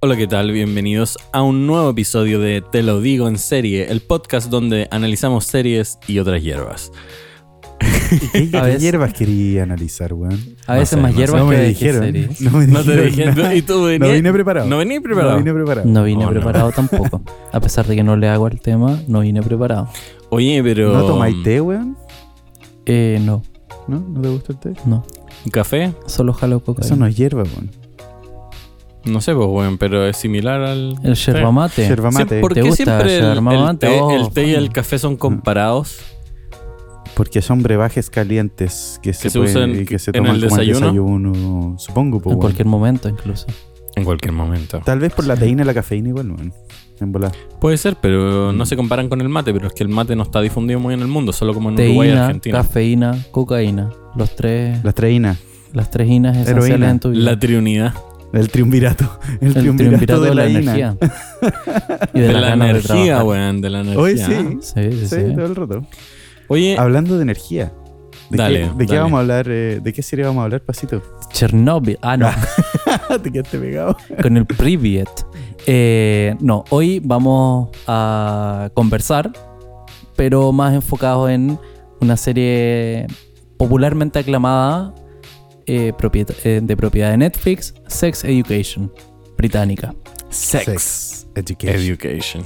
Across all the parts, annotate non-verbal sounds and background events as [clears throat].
Hola, ¿qué tal? Bienvenidos a un nuevo episodio de Te lo digo en serie, el podcast donde analizamos series y otras hierbas. ¿Qué, qué A veces- hierbas quería analizar, weón? A No veces sé, más no sé. hierbas No que me que dijeron. [laughs] series. No me No te dijeron dije, nada. ¿y tú No venías? vine preparado. ¿No venís preparado? No vine preparado. No vine Oh, no. preparado tampoco. A pesar de que no le hago al tema, no vine preparado. Oye, pero... ¿No tomáis té, weón? Eh, no, ¿No? ¿No te gusta el té? no. ¿Un café? Solo jalo cocaína. Eso no es hierba, weón. No sé, pues, weón, pero es similar al... El yerba mate. Yerba Sí, mate. ¿Por ¿Te qué gusta siempre el, yerba el mate? té, Oh, el té y fuck. el café son comparados? Porque son brebajes calientes que, se, se pueden- usan y que se en toman el como al desayuno. desayuno, Supongo, po, en weón. cualquier momento, incluso. En cualquier momento. Tal vez por la teína y la cafeína igual, weón. En volar. Puede ser, pero no se comparan con el mate, pero es que el mate no está difundido muy en el mundo, solo como en Uruguay y Teína, Argentina. cafeína, cocaína. Los tres, Las treínas. las tres inas esenciales Heroína. en tu vida. La triunidad El triunvirato. [laughs] El, el triunvirato, de la, ina. energía. y de, de, las la ganas de energía, trabajar. weón, de la energía. Hoy ¿ah? sí. Sí, sí, Sí, sí. todo el rato. Oye, Hablando de energía. ¿De, Eh, Dale, qué, de qué dale. vamos a hablar? eh, ¿De qué serie vamos a hablar, Pasito? [laughs] Chernobyl. Ah, no. Te quedaste pegado. con el Priviet. Eh, no, hoy vamos a conversar, pero más enfocados en una serie popularmente aclamada eh, propiet- eh, de propiedad de Netflix, Sex Education, británica. sex, Education. education.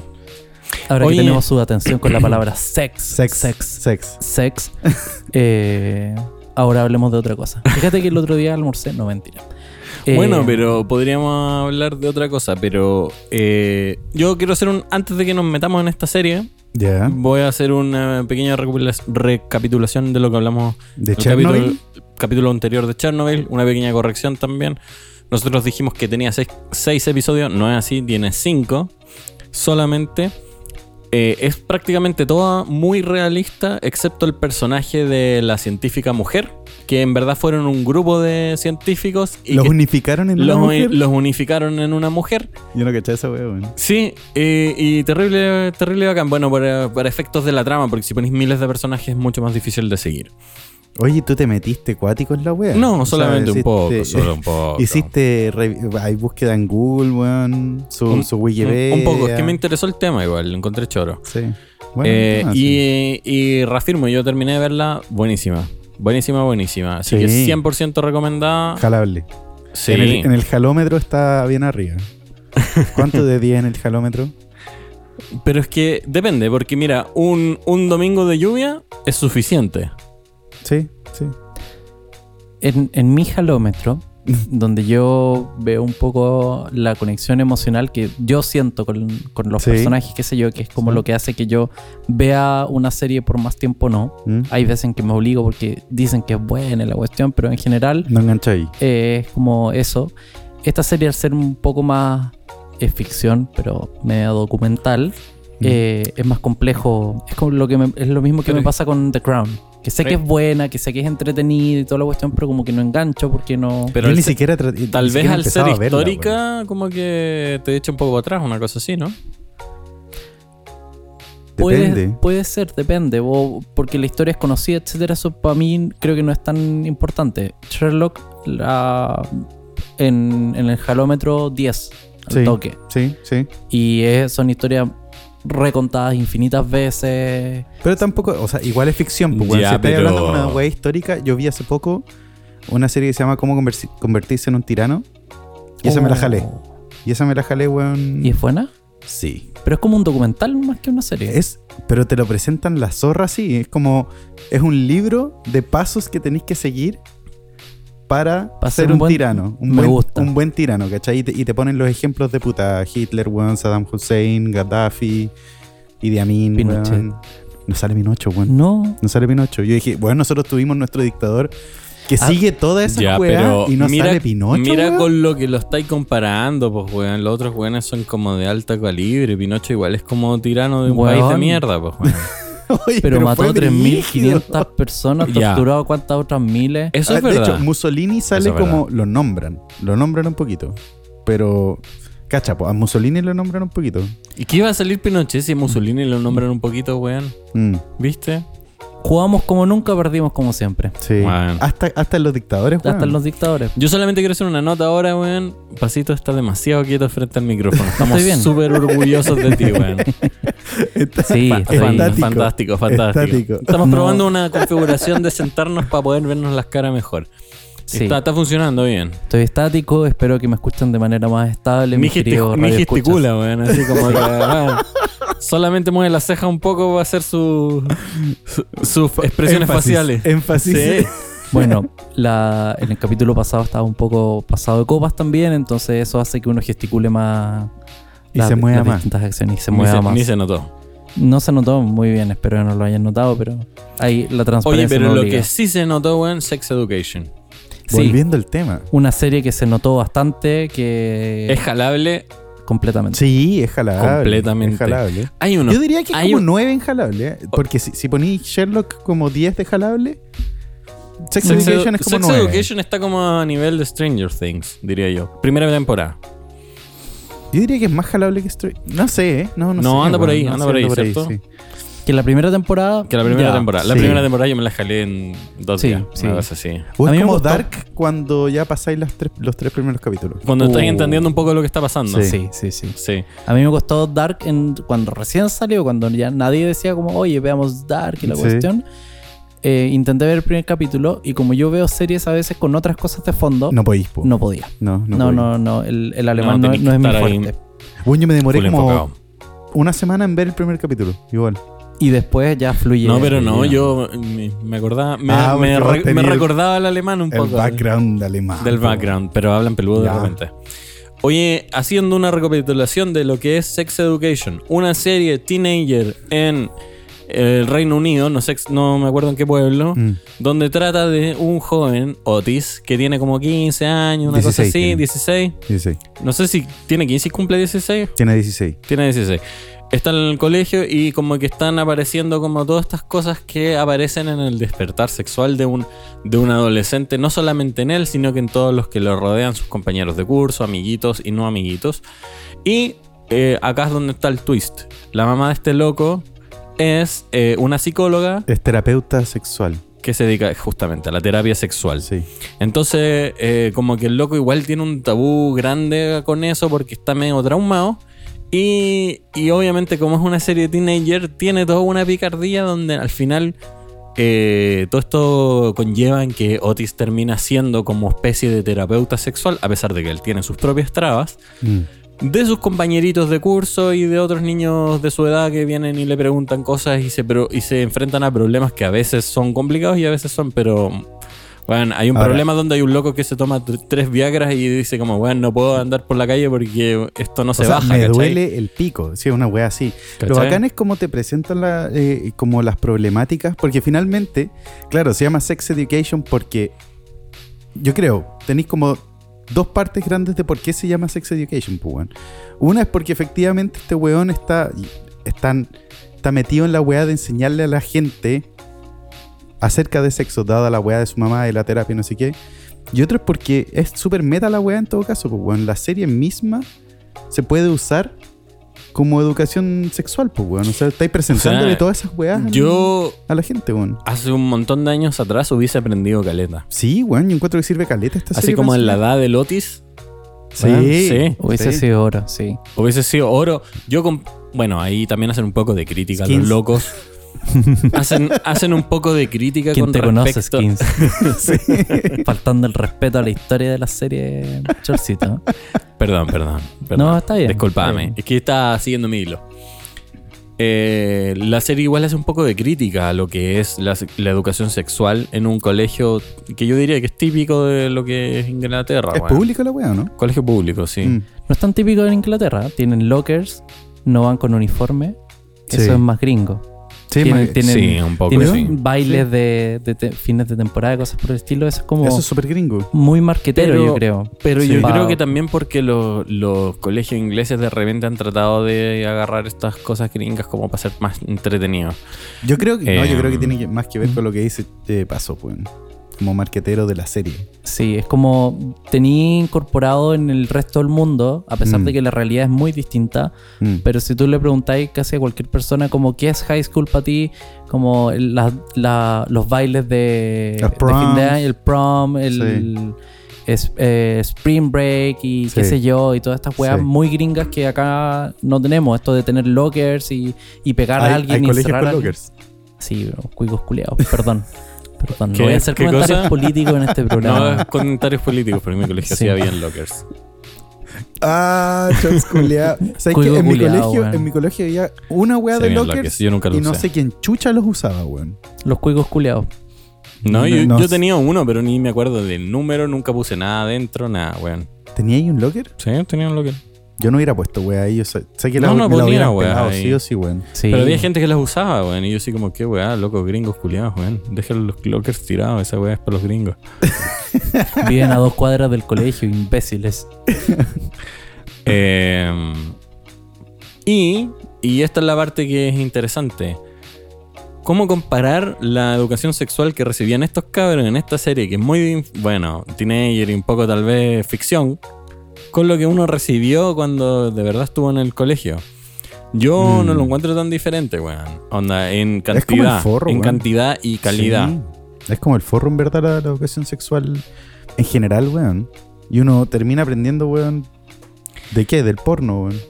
Ahora Oye. que tenemos su atención con la palabra [coughs] sex, Sex. Sex. sex, sex, eh, ahora hablemos de otra cosa. Fíjate que el otro día almorcé, no mentira. Eh, Bueno, pero podríamos hablar de otra cosa, pero eh, yo quiero hacer un... Antes de que nos metamos en esta serie, Ya. voy a hacer una pequeña recapitula- recapitulación de lo que hablamos De El capítulo- Chernobyl. Capítulo, anterior de Chernobyl, una pequeña corrección también. Nosotros dijimos que tenía seis, seis episodios, no es así, tiene cinco solamente. Eh, es prácticamente toda muy realista, excepto el personaje de la científica mujer, que en verdad fueron un grupo de científicos y Los que unificaron en los, una uni- mujer. los unificaron en una mujer. Yo no caché esa wea, weón. Sí, eh, y terrible, terrible bacán. Bueno, para, para efectos de la trama, porque si ponéis miles de personajes es mucho más difícil de seguir. Oye, ¿tú te metiste cuático en la wea? No, O sea, solamente un hiciste- poco, solo [laughs] un poco. Hiciste. re- Hay búsqueda en Google, weón. Su, Un- su un, Wikipedia. un poco, es que me interesó el tema igual, lo encontré choro. Sí. Bueno, Eh, entonces. y, y reafirmo, yo terminé de verla buenísima. Buenísima, buenísima. Así Sí. que 100% recomendada. Jalable. Sí. En, el, en el jalómetro está [laughs] bien arriba. ¿Cuánto de 10 en el jalómetro? Pero es que depende, porque mira, un, un domingo de lluvia es suficiente. Sí, sí. en, en mi jalómetro, [laughs] donde yo veo un poco la conexión emocional que yo siento con, con los Sí. personajes, qué sé yo, que es como Sí. lo que hace que yo vea una serie por más tiempo o no. ¿Mm? Hay veces en que me obligo porque dicen que es buena la cuestión, pero en general No engancha ahí. eh, es como eso. Esta serie al ser un poco más es ficción, pero medio documental, eh, es más complejo. Es como lo que me- es lo mismo que Pero- me pasa con The Crown. Que sé que es buena, que sé que es entretenida y toda la cuestión, pero como que no engancho porque no. Pero Yo al ni ser- siquiera. tra- ni tal vez siquiera al ser empezaba a verla, histórica, weón. como que te echa un poco para atrás, una cosa así, ¿no? Depende. Puede, puede ser, depende. vos- porque la historia es conocida, etcétera. Eso para mí creo que no es tan importante. Sherlock, la- en, en el jalómetro 10, al Sí. toque. Sí, sí. Y es- son historias recontadas infinitas veces. Pero tampoco, o sea, igual es ficción, pues, weón. Ya, si estáis pero- hablando de una weá histórica, yo vi hace poco una serie que se llama Cómo conversi- convertirse en un tirano. Y esa me la Oh. jalé. Y esa me la jalé, weón. ¿Y es buena? Sí. Pero es como un documental más que una serie. Es, pero te lo presentan la zorra así. Es como, es un libro de pasos que tenéis que seguir para Pa' ser ser un, un buen- tirano. Un me buen, gusta. Un buen tirano, ¿cachai? Y te, y te ponen los ejemplos de puta Hitler, weón, Saddam Hussein, Gaddafi, Idi Amin, Pinochet. weón. No sale Pinocho, weón. [laughs] No. No sale Pinocho. Yo dije, bueno, nosotros tuvimos nuestro dictador que Ah, sigue toda esa weá y no sale Pinocho. Mira weón. con lo que lo estáis comparando, pues, weón. Los otros weones son como de alta calibre. Pinocho igual es como tirano de un Weón. país de mierda, pues, weón. [laughs] [laughs] Oye, Pero, mató fue brígido. 3.500 personas, [laughs] Ya. torturó a cuántas otras miles. Eso Ah, es verdad. De hecho, Mussolini sale es como lo nombran. Lo nombran un poquito. Pero, cacha, pues, a Mussolini lo nombran un poquito. ¿Y qué iba a salir Pinochet si Mussolini lo nombran un poquito, weón? Mm. ¿Viste? Jugamos como nunca, perdimos como siempre. Sí. Bueno. Hasta, hasta en los dictadores, Hasta weón. los dictadores. Yo solamente quiero hacer una nota ahora, weón. Pasito está demasiado quieto frente al [laughs] micrófono. Estamos Estoy bien. súper orgullosos de ti, weón. [laughs] Está- [laughs] Sí, Fa- estoy- fan- Estático. fantástico, fantástico. Estático. Estamos No. probando una configuración de sentarnos para poder vernos las caras mejor. sí, Está, está funcionando bien. estoy estático. Espero que me escuchen de manera más estable. Mi, mis queridos radioescuchas. gesticula, weón. Así como que, weón, Solamente mueve la ceja un poco va a hacer su- su- sus expresiones Énfasis, faciales. Énfasis. Sí. Bueno, la- en el capítulo pasado estaba un poco pasado de copas también, entonces eso hace que uno gesticule más. Y se mueva más. distintas acciones y se Ni mueva se, más. ni se notó. No se notó muy bien, espero que no lo hayan notado, pero ahí la transparencia. Oye, pero me lo obliga. que sí se notó, weón, Sex Education. Sí, Volviendo al tema. una serie que se notó bastante, que. Es jalable completamente. Sí, es jalable. Completamente. Es jalable. Hay uno. Yo diría que es hay como un- 9 en jalable. ¿eh? Porque si, si ponís Sherlock como 10 de jalable, Sex, Sex, Edu- Education es como Sex 9. Education está como a nivel de Stranger Things, diría yo. Primera temporada. Yo diría que es más jalable que Stray. No sé, ¿eh? No, no, No, sé, anda por weón, ahí, no anda sé, por ahí, ¿cierto? sí. Que la primera temporada. Que la primera ya, temporada. La sí. primera temporada yo me la jalé en dos Sí, días. sí. Una cosa así. O A mí es me como gustó. Dark cuando ya pasáis las tres- los tres primeros capítulos. Cuando estás Uh. entendiendo un poco lo que está pasando. Sí, sí, sí. Sí. A mí me costó Dark en- cuando recién salió, cuando ya nadie decía como, oye, veamos Dark y la Sí. cuestión. Eh, intenté ver el primer capítulo y como yo veo series a veces con otras cosas de fondo, no, No podéis, po. podía. No, no. No, podís. no, no, el, el alemán No, no, tenés no que es mi estar ahí. fuerte. Bueno, yo me demoré Full como enfocado. una semana en ver el primer capítulo. Igual. Y después ya fluye. no, pero no, Ya. yo me, me acordaba. Me, Ah, me porque vos re- tenías me el- recordaba el alemán un El poco. background alemán. Del background, pero hablan peludo de Ya. repente. Oye, haciendo una recapitulación de lo que es Sex Education, una serie teenager en el Reino Unido, no sé, no me acuerdo en qué pueblo, Mm. donde trata de un joven, Otis, que tiene como 15 años, una cosa 16 así, tiene. 16. 16. No sé si tiene 15 y cumple 16. Tiene 16. Tiene 16. Están en el colegio y como que están apareciendo como todas estas cosas que aparecen en el despertar sexual de un, de un adolescente, no solamente en él, sino que en todos los que lo rodean, sus compañeros de curso, amiguitos y no amiguitos. Y eh, acá es donde está el twist. La mamá de este loco es eh, una psicóloga Es terapeuta sexual. que se dedica justamente a la terapia sexual. Sí. Entonces, eh, como que el loco igual tiene un tabú grande con eso porque está medio traumado. Y, y obviamente, como es una serie de teenager, tiene toda una picardía donde al final eh, todo esto conlleva en que Otis termina siendo como especie de terapeuta sexual, a pesar de que él tiene sus propias trabas Mm. de sus compañeritos de curso y de otros niños de su edad que vienen y le preguntan cosas y se, pro- y se enfrentan a problemas que a veces son complicados y a veces son, pero... Bueno, hay un Ahora- problema donde hay un loco que se toma tr- tres Viagras y dice como, bueno, no puedo andar por la calle porque esto no se o sea, baja. me ¿cachai? duele el pico. Sí, es una wea así. Lo ¿Cachai? bacán es cómo te presentan la, eh, como las problemáticas, porque finalmente, claro, se llama Sex Education porque yo creo, tenéis como dos partes grandes de por qué se llama Sex Education, pues, weón. Una es porque efectivamente este weón está, están, está metido en la weá de enseñarle a la gente acerca de sexo, dada la weá de su mamá, de la terapia, no sé qué. Y otro es porque es súper meta la weá en todo caso, pues, weón. La serie misma se puede usar como educación sexual, pues, weón. O sea, estáis presentándole todas esas weas al- Yo a la gente, weón. hace un montón de años atrás hubiese aprendido caleta. Sí, weón, yo encuentro que sirve caleta esta Así serie como para en la enseñar. edad del Otis, weón, Sí, sí. Hubiese sí. sido oro, sí. Hubiese sido oro. Yo, comp- bueno, ahí también hacen un poco de crítica Skins. los [laughs] locos. hacen, hacen un poco de crítica ¿Quién con te conoce, respecto. Skins? [laughs] [laughs] Faltando el respeto a la historia de la serie, Chorcito. Perdón, perdón. perdón. No, está bien. Disculpame. está bien. Es que está siguiendo mi hilo. Eh, la serie igual hace un poco de crítica a lo que es la, se- la educación sexual en un colegio que yo diría que es típico de lo que es Inglaterra. Es weón. público la weá, ¿no? Colegio público, sí. Mm. No es tan típico en Inglaterra. Tienen lockers, no van con uniforme. Sí. Eso es más gringo. Sí, Tienen- ma- tienen- Sí, un poco Tienen sí. bailes de, de te- fines de temporada, cosas por el estilo. Eso es como Eso es súper gringo. muy marquetero, Pero- yo creo. Pero Sí. yo Pa- creo que también porque los, los colegios ingleses de repente han tratado de agarrar estas cosas gringas como para ser más entretenidos. Yo creo que, no, Eh, mm. yo creo que tiene que- más que ver con lo que dice eh, Paso, weón. como marquetero de la serie. Sí, es como tenía incorporado en el resto del mundo, a pesar Mm. de que la realidad es muy distinta. Mm. Pero si tú le preguntáis casi a cualquier persona como qué es high school para ti, como el- la- la- los bailes de, Los de fin de proms. año, el prom, el es- eh, spring break y qué Sí. sé yo, y todas estas weas Sí. muy gringas que acá no tenemos, esto de tener lockers y, y pegar Hay- a alguien hay y colegios encerrar con a alguien. lockers. Sí, bro, cuicos culeados, [laughs] perdón. Perdón, ¿Qué- no voy a hacer qué comentarios cosa? políticos en [laughs] este programa. Ah, No, comentarios políticos, pero en mi colegio sí Sí. había lockers. Ah, [laughs] chos culiao. ¿Sabes Cuico qué? En mi, culiao, colegio, weón. en mi colegio había una weá Sí de habían lockers, lockers, yo nunca los y no usé. sé quién chucha los usaba, weón. Los cuicos culeados. No, No, yo, no yo sé. tenía uno, pero ni me acuerdo del número, nunca puse nada adentro, nada, weón. ¿Tenía ahí un locker? Sí, tenía un locker. Yo no hubiera puesto weá ahí. Yo sé, sé que la, No, no me la ponía hubieran weá pelado, ahí. sí o sí, weón. Sí. Pero había gente que las usaba, weón. Y yo así como, qué weá, locos gringos culiados, weón. Dejen los lockers tirados, esa weá es para los gringos. Viven a dos cuadras del colegio, imbéciles. Eh, y, y esta es la parte que es interesante. ¿Cómo comparar la educación sexual que recibían estos cabros en esta serie, que es muy, bueno, teenager y un poco tal vez ficción, con lo que uno recibió cuando de verdad estuvo en el colegio? Yo Mm. no lo encuentro tan diferente, weón. Onda, en como el cantidad. forro, en weón. cantidad y calidad. Sí. Es como el forro, en verdad, la, la educación sexual en general, weón. Y uno termina aprendiendo, weón. ¿De qué? Del porno, weón.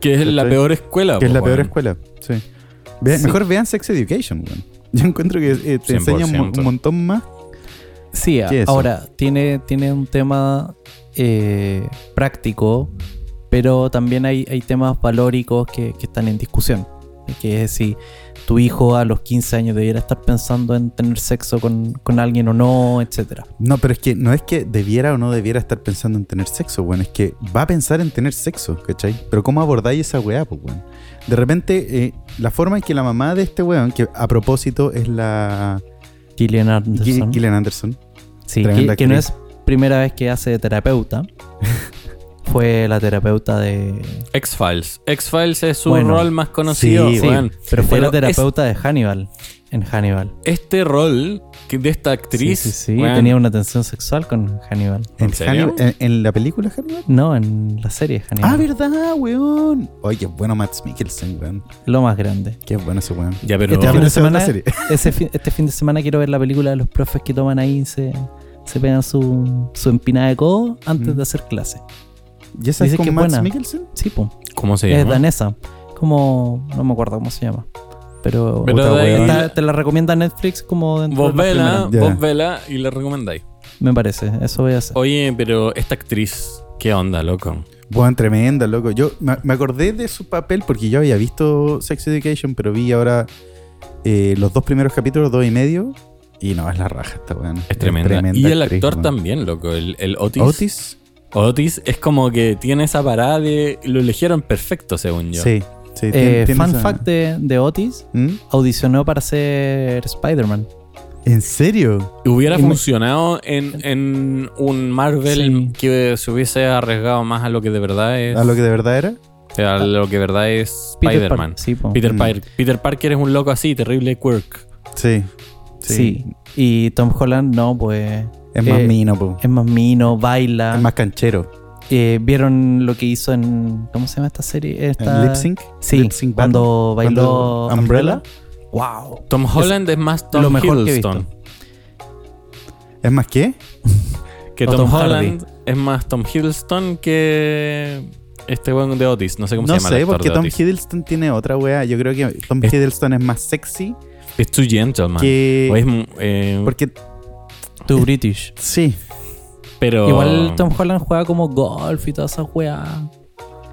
Que es la Estoy- peor escuela. Que es po, la peor Ah, pues, weón. escuela. Sí. Vean- Sí. Mejor vean Sex Education, weón. [laughs] Yo encuentro que eh, te enseña un, mo- 100%. un montón más. Sí, ¿Qué es eso? ahora tiene, tiene un tema eh, práctico, pero también hay, hay temas valóricos que, que están en discusión. Que es si tu hijo a los 15 años debiera estar pensando en tener sexo con, con alguien o no, etcétera. No, pero es que no es que debiera o no debiera estar pensando en tener sexo, weón. Es que va a pensar en tener sexo, ¿cachai? Pero ¿cómo abordáis esa weá, pues, weón? De repente, eh, la forma en que la mamá de este weón, que a propósito es la. Gillian Anderson. Gillian Anderson. Sí, tremenda que, que no actriz. es primera vez que hace [laughs] de terapeuta. Fue la terapeuta de. X-Files. X-Files es su Bueno, rol más conocido, sí, weón. Pero fue la Pero es- terapeuta de Hannibal. En Hannibal. este rol que- de esta actriz. sí, sí, sí. weón, Tenía una tensión sexual con Hannibal. ¿En ¿En, serio? Hannibal- en- en la película Hannibal? No, en la serie Hannibal. Ah, verdad, weón. Oye, qué bueno Matt Mikkelsen, weón. Lo más grande. Qué bueno ese weón. Ya, pero. Este Ya, pero fin de esa es otra semana, serie. [laughs] ese fin- este fin de semana quiero ver la película de los profes que toman ahí y se, se pegan su, su empinada de codo antes Mm. de hacer clase. ¿Y esa es Dice con que es Matt buena. Mikkelsen? Sí, pum. ¿Cómo se Es llama? danesa. Como. No me acuerdo cómo se llama. Pero. Pero Puta, de ahí weón. la- Está- te la recomienda Netflix como dentro vos de las vela, primeras. Ya. vos vela y le recomendáis. Me parece, eso voy a Oh, hacer. Oye, pero esta actriz, ¿qué onda, loco? Bueno, tremenda, loco. Yo me, me acordé de su papel porque yo había visto Sex Education, pero vi ahora eh, los dos primeros capítulos, dos y medio. Y no, es la raja esta weón. Es tremenda. y el actor también, loco. El, el Otis. ¿Otis? Otis es como que tiene esa parada de. Lo eligieron perfecto, según yo. Sí, sí. Eh, tiene- tiene fan esa- fact de, de Otis: ¿Mm? audicionó para ser Spider-Man. ¿En serio? Hubiera Y me- funcionado en, en un Marvel Sí. que se hubiese arriesgado más a lo que de verdad es. ¿A lo que de verdad era? a lo que de verdad es Peter Par- Spider-Man. Sí, po. Peter, Mm. Parker. Peter Parker es un loco así, terrible quirk. Sí. Sí. Y Tom Holland, no, pues. Es más Eh, mino, po. Es más mino, baila. Es más canchero. Eh, ¿Vieron lo que hizo en. ¿Cómo se llama esta serie? Esta... ¿En lip sync? Sí, Lip Sync cuando Battle. bailó. Cuando- Umbrella. ¡Wow! Tom Holland es, más Tom lo mejor que he Hiddleston. ¿Es más qué? Que, O Tom, Tom Hardy. Holland es más Tom Hiddleston que este weón de Otis. No sé cómo No se llama. el sé, actor porque de Tom Otis. Hiddleston tiene otra weá. Yo creo que Tom Es- Hiddleston es más sexy Es too gentleman. O es, que... mm, eh, Porque, Too [laughs] British. sí, pero. Igual Tom Holland juega como golf y todas esas weas.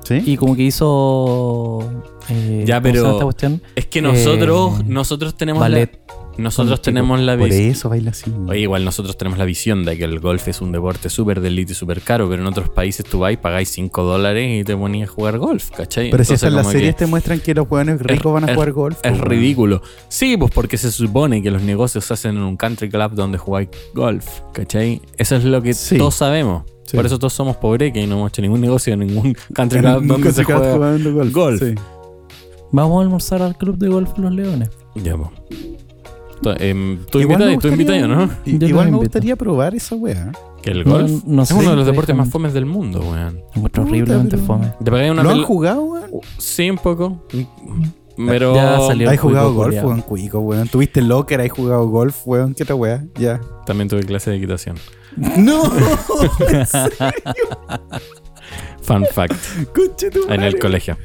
sí. Y como que hizo. eh, Ya, ¿cómo se pero- llama esta cuestión? Es que nosotros, Eh, nosotros tenemos Ballet. la. Nosotros chicos. tenemos la Por visión. eso baila así. Oye, igual nosotros tenemos la visión de que el golf es un deporte súper de elite y súper caro, pero en otros países tú vas y pagáis 5 dólares y te ponías a jugar golf, ¿cachai? Pero Entonces, si hasta en las como que- series te muestran que los hueones ricos van a jugar golf. pues, Es po, ridículo. Sí, pues porque se supone que los negocios se hacen en un country club donde jugáis golf, ¿cachai? Eso es lo que Sí. todos sabemos. Sí. [laughs] Por eso todos somos pobres que no hemos hecho ningún negocio en ningún country weón. club Nunca donde se acaba juega. jugando golf. golf. sí. Vamos a almorzar al club de golf Los Leones. Ya, po. To- pues. em, tú Igual me invitas, tú invitas gustaría- yo, ¿no? i- Yo te Igual me invito. gustaría probar esa wea. Que el No, golf no es sé, uno de los deportes déjame. más fomes del mundo, weón. Encuentro Puta, horriblemente pero- [laughs] fome. Te pegáis una ¿Lo han pel- jugado, weón? Sí, un poco. Pero. Ya salió. Yo ¿Has jugado cuico, golf, culiao. weón? Cuico, weón. ¿Tuviste locker? ¿Has jugado golf, weón? ¿Qué otra wea? Ya. [laughs] También tuve clase de equitación. [laughs] ¡No! Fun fact. Conche tu en [laughs] el madre. colegio.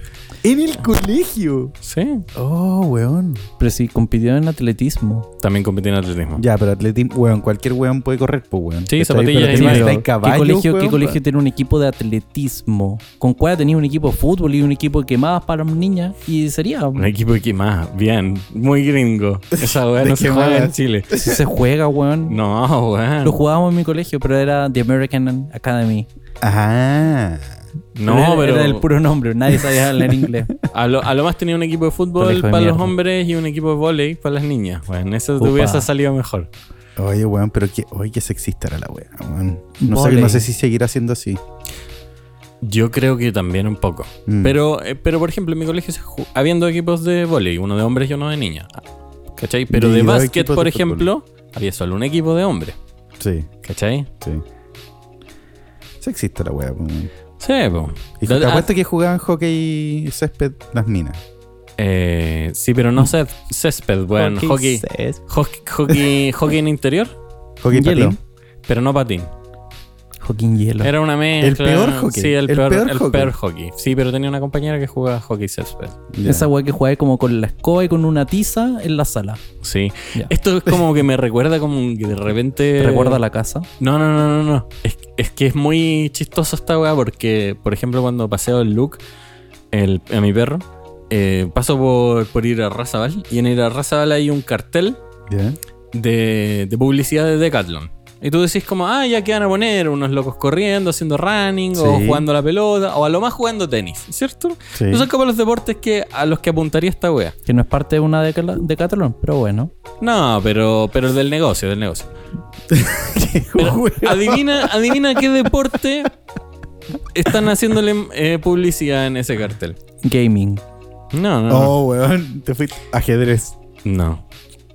En el colegio. Sí. Oh, weón. Pero sí, compitió en atletismo. También competí en atletismo. Ya, pero atletismo, weón, cualquier weón puede correr, pues, weón. Sí, ¿Cachai? zapatillas Pero y te medio. imaginas ¿Qué caballo, ¿Qué colegio, weón, pues. ¿qué colegio tiene un equipo de atletismo? Con cuál tenías un equipo de fútbol y un equipo de quemadas para las niñas y sería. Un equipo que más. Bien. Muy gringo. Esa weá ¿De no se qué juega en más? Chile. Si se juega, weón. No, weón. Lo jugábamos en mi colegio, pero era The American Academy. Ah. No, era, pero. Era el puro nombre, nadie sabía [laughs] hablar inglés. A lo, a lo más tenía un equipo de fútbol Colegio de para los mierda. hombres y un equipo de volei para las niñas. Bueno, eso te Upa. hubiese salido mejor. Oye, weón, pero que, oye, que sexista era la wea, weón. No sé, Voley. no sé si seguirá siendo así. Yo creo que también un poco. Mm. Pero, eh, pero por ejemplo, en mi colegio se ju- habiendo equipos de volei, uno de hombres y uno de niñas. ¿Cachai? Pero Y de dos básquet, equipos por de ejemplo, había solo un equipo de hombres. Sí, ¿Cachai? sí. Sexista la wea, weón. Sí, po. Y Da- te ah, apuesto que jugaban hockey césped las minas. eh, sí, pero no sé césped, bueno, hockey, césped. hockey, [laughs] hockey, hockey en interior, Hockey Hielo. patín. pero no patín. Hockey en hielo. Era una mezcla. peor hockey. Sí, el, El peor, peor el hockey. peor hockey. Sí, pero tenía una compañera que jugaba hockey césped. Ya. Esa weá que jugaba como con la escoba y con una tiza en la sala. Sí. Ya. Esto es como que me recuerda como que de repente. ¿Te recuerda la casa? No, no, no, no, no. Es, es que es muy chistoso esta weá porque, por ejemplo, cuando paseo el look el, a mi perro, eh, paso por, por ir a Razabal y en ir a Razabal hay un cartel Ya. de, de publicidad de Decathlon. Y tú decís como, ah, ya que van a poner unos locos corriendo, haciendo running, o Sí. jugando a la pelota, o a lo más jugando tenis, ¿cierto? Sí. [laughs] No son como los deportes que, a los que apuntaría esta wea. Que no es parte de una decala- Decathlon, pero bueno. No, pero, pero el del negocio, del negocio. Pero Weón. [laughs] adivina, adivina qué deporte están haciéndole eh, publicidad en ese cartel. Gaming. Oh, No, no, no. Oh, weón, te fuiste. Ajedrez. No.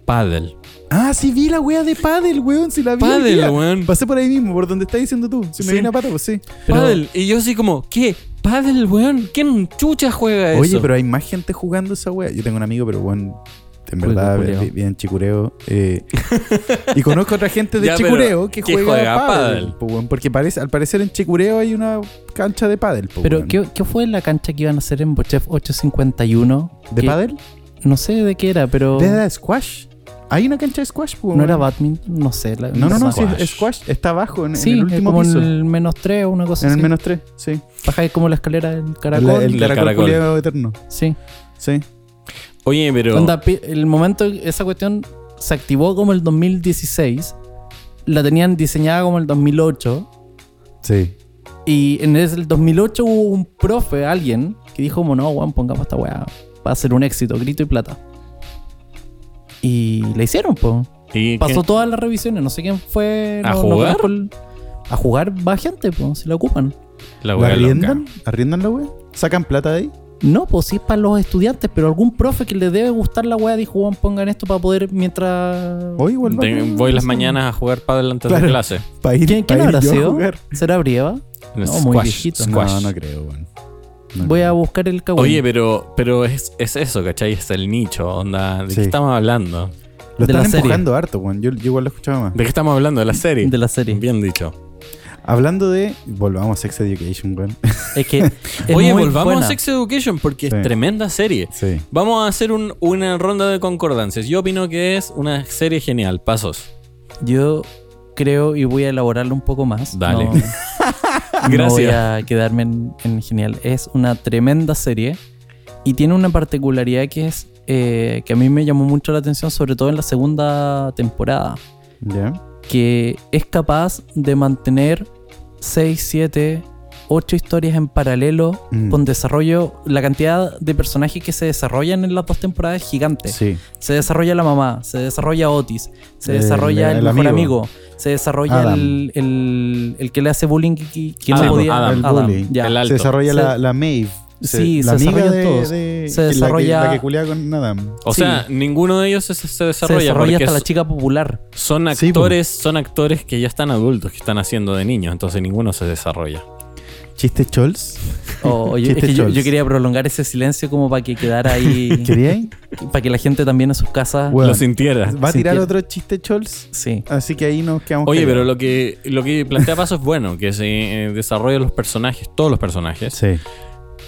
Paddle. Ah, sí, vi la wea de pádel, weón. Sí la vi. hoy Paddle, día. weón. Pasé por ahí mismo, por donde estás diciendo tú. Si me Sí. viene a pata, pues sí. Pero- Paddle. Y yo así como, ¿qué? Paddle, weón. ¿Quién chucha juega eso? Oye, pero hay más gente jugando esa wea. Yo tengo un amigo, pero weón, en Cuico, verdad, culiao. bien, bien chicureo. eh, y conozco otra gente de Ya, pero, chicureo que ¿qué juega, juega pádel, pádel? po, weón, porque parece, al parecer en chicureo hay una cancha de pádel. po, Pero, weón. ¿qué, qué fue la cancha que iban a hacer en Bochef 851? ¿De Que- pádel? No sé de qué era, pero. ¿De de squash? Hay una cancha de squash, po, No weón. era badminton, no sé. la- No, no, no, sí, squash. es squash está abajo, en, en Sí, el es último como piso. en el menos 3 o una cosa en el así. menos 3, sí. Bajáis como la escalera del caracol. La- el El caracol, caracol. culiao eterno. Sí. Sí. Oye, pero. Onda, pi- el momento, esa cuestión se activó como el 2016. La tenían diseñada como el 2008. Sí. Y en ese- el 2008 hubo un profe, alguien, que dijo como, no, weón, pongamos esta weá. Va a ser un éxito, grito y plata. Y la hicieron, po. ¿y Pasó quién- todas las revisiones, no sé quién fue. ¿A no- no jugar? conozco el- a jugar va gente, po, si la ocupan. La ¿La wea arriendan? loca. ¿Arriendan la wea? ¿Sacan plata de ahí? No, pues sí es para los estudiantes, pero algún profe que le debe gustar la weá dijo, weón, pongan esto para poder mientras... Hoy igual va, Te- weón, Voy las sí. mañanas a jugar paddle antes Claro. de clase. Pa' ir- ¿Quién, pa' quién ir habrá yo a sido? jugar. ¿Será Brieva? No, muy viejito. Squash. No, no creo, weón. No Voy a creo. buscar el cagüey. Oye, pero, pero es, es eso, ¿cachai? Es el nicho, onda. ¿De Sí. qué estamos hablando? Lo de la están serie. empujando harto, weón. Yo, yo igual lo escuchaba más. ¿De qué estamos hablando? De la serie. De la serie. Bien dicho. Hablando de. Volvamos a Sex Education, weón. [laughs] [laughs] Es que... es Oye, muy volvamos buena. a Sex Education porque Sí. es tremenda serie. Sí. Vamos a hacer un- una ronda de concordancias. Yo opino que es una serie genial. Pasos. Yo creo y voy a elaborarlo un poco más. Dale. [laughs] No- No voy Gracias. a quedarme en, en genial. Es una tremenda serie y tiene una particularidad que es eh, que a mí me llamó mucho la atención, sobre todo en la segunda temporada, Ya. que es capaz de mantener 6, 7, 8 historias en paralelo Mm. con desarrollo. La cantidad de personajes que se desarrollan en las dos temporadas es gigante. Sí. Se desarrolla la mamá, se desarrolla Otis, se El- desarrolla el, el mejor amigo. amigo. se desarrolla Adam. el, el- el que le hace bullying y que, que no Adam, podía. Adam. El bully. ya. El- Alto. Se desarrolla Se- la, la Maeve. Se- sí, se la amiga desarrollan de- todos. de- se la que- desarrolla. La que, culeaba con Adam. O Sí. sea, ninguno de ellos se, se se desarrolla, desarrolla porque hasta la so- chica [laughs] pues. popular. son Sí, po. actores, son actores que ya están adultos, que están haciendo de niños, entonces ninguno se desarrolla. Chiste Chols. O- o yo, Chiste es que yo- Chols. yo quería prolongar ese silencio como para que [laughs] quedara ahí. ¿Queríais? [laughs] para que la gente también en sus casas. Bueno. Lo sintiera. Va a Sí, tirar entiendo. otro chiste Chols. Sí. Así que ahí nos quedamos. Oye, pero callados. lo que, lo que plantea Paso es bueno, que se eh, desarrollan los personajes, todos los personajes, Sí.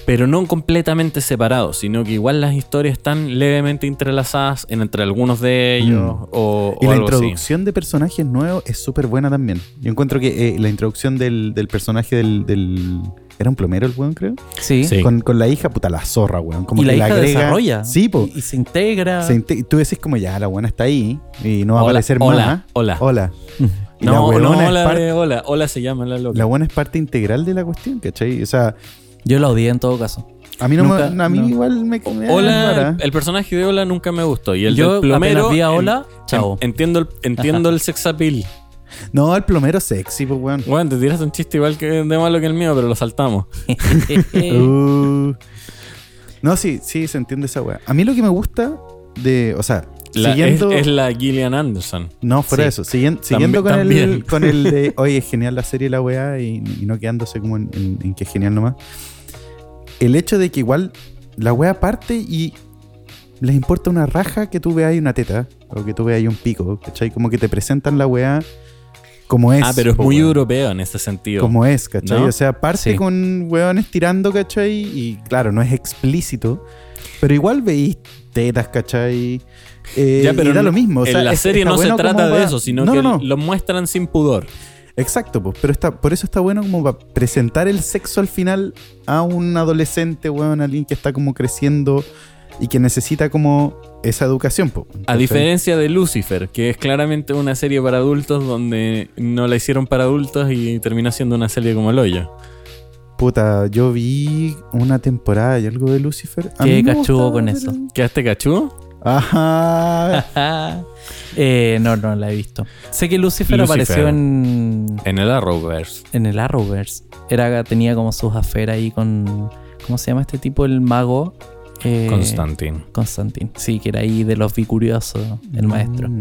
pero no completamente separados, sino que igual las historias están levemente entrelazadas en- entre algunos de ellos Mm. o, Y o la algo así. introducción de personajes nuevos es súper buena también. Yo encuentro que eh, la introducción del, del personaje del, del- Era un plomero el weón, creo. Sí. Sí. Con, con la hija, puta, la zorra, weón. Como y que la hija le agrega... desarrolla. Sí, po. Y, y se integra. Se inte- Tú decís como ya, la buena está ahí y no va a Hola, aparecer hola, más. hola. Hola. Y la No, no, weona es hola, eh. parte- de hola, hola se llama la loca. La buena es parte integral de la cuestión, ¿cachai? O sea, Yo la odié en todo caso. a mí, no Nunca- me- a mí no. igual me... Hola, rara. el, el personaje de Hola nunca me gustó. Y el Yo del plomero. apenas vi a en- [laughs] Hola, chao. en- entiendo el, entiendo el sex appeal. No, el plomero sexy, pues, weón. Bueno, te tiraste un chiste igual que de malo que el mío, pero lo saltamos. Uh. No, sí, sí, se entiende esa weá. A mí lo que me gusta de. O sea, La- es, siguiendo. es la Gillian Anderson. No, fuera sí. de eso. Siguien- siguiendo con también. el, [laughs] con [laughs] el de. Oye, es genial la serie y la weá y, y no quedándose como en, en- en que es genial nomás. El hecho de que igual la weá parte y. Les importa una raja que tú veas ahí una teta o que tú veas ahí un pico, ¿cachai? Como que te presentan la weá como es. ah, pero es po, muy weón. europeo en ese sentido. Como es, ¿cachai? ¿No? O sea, parte Sí. con hueones tirando, ¿cachai? Y claro, no es explícito. Pero igual veis tetas, ¿cachai? Eh, Ya, pero y da en- lo mismo. O sea, en la es- serie está no bueno se trata como de va- eso, sino No, que no, no. lo muestran sin pudor. Exacto, pues. Pero está, por eso está bueno como para presentar el sexo al final a un adolescente, hueón, alguien que está como creciendo y que necesita como esa educación, pues. A diferencia de Lucifer, que es claramente una serie para adultos donde no la hicieron para adultos y terminó siendo una serie como el hoyo. Puta, yo vi una temporada y algo de Lucifer. A Qué mí me gustaba, cachudo con pero- eso. ¿Quedaste cachú? Ajá. [laughs] Eh, no, no la he visto. Sé que Lucifer, Lucifer. apareció en, En el Arrowverse. en el Arrowverse. Era, tenía como sus aferas ahí con. ¿Cómo se llama este tipo? El mago. Eh, Constantine. Constantin. Sí, que era ahí de los bicuriosos, el maestro. Mm.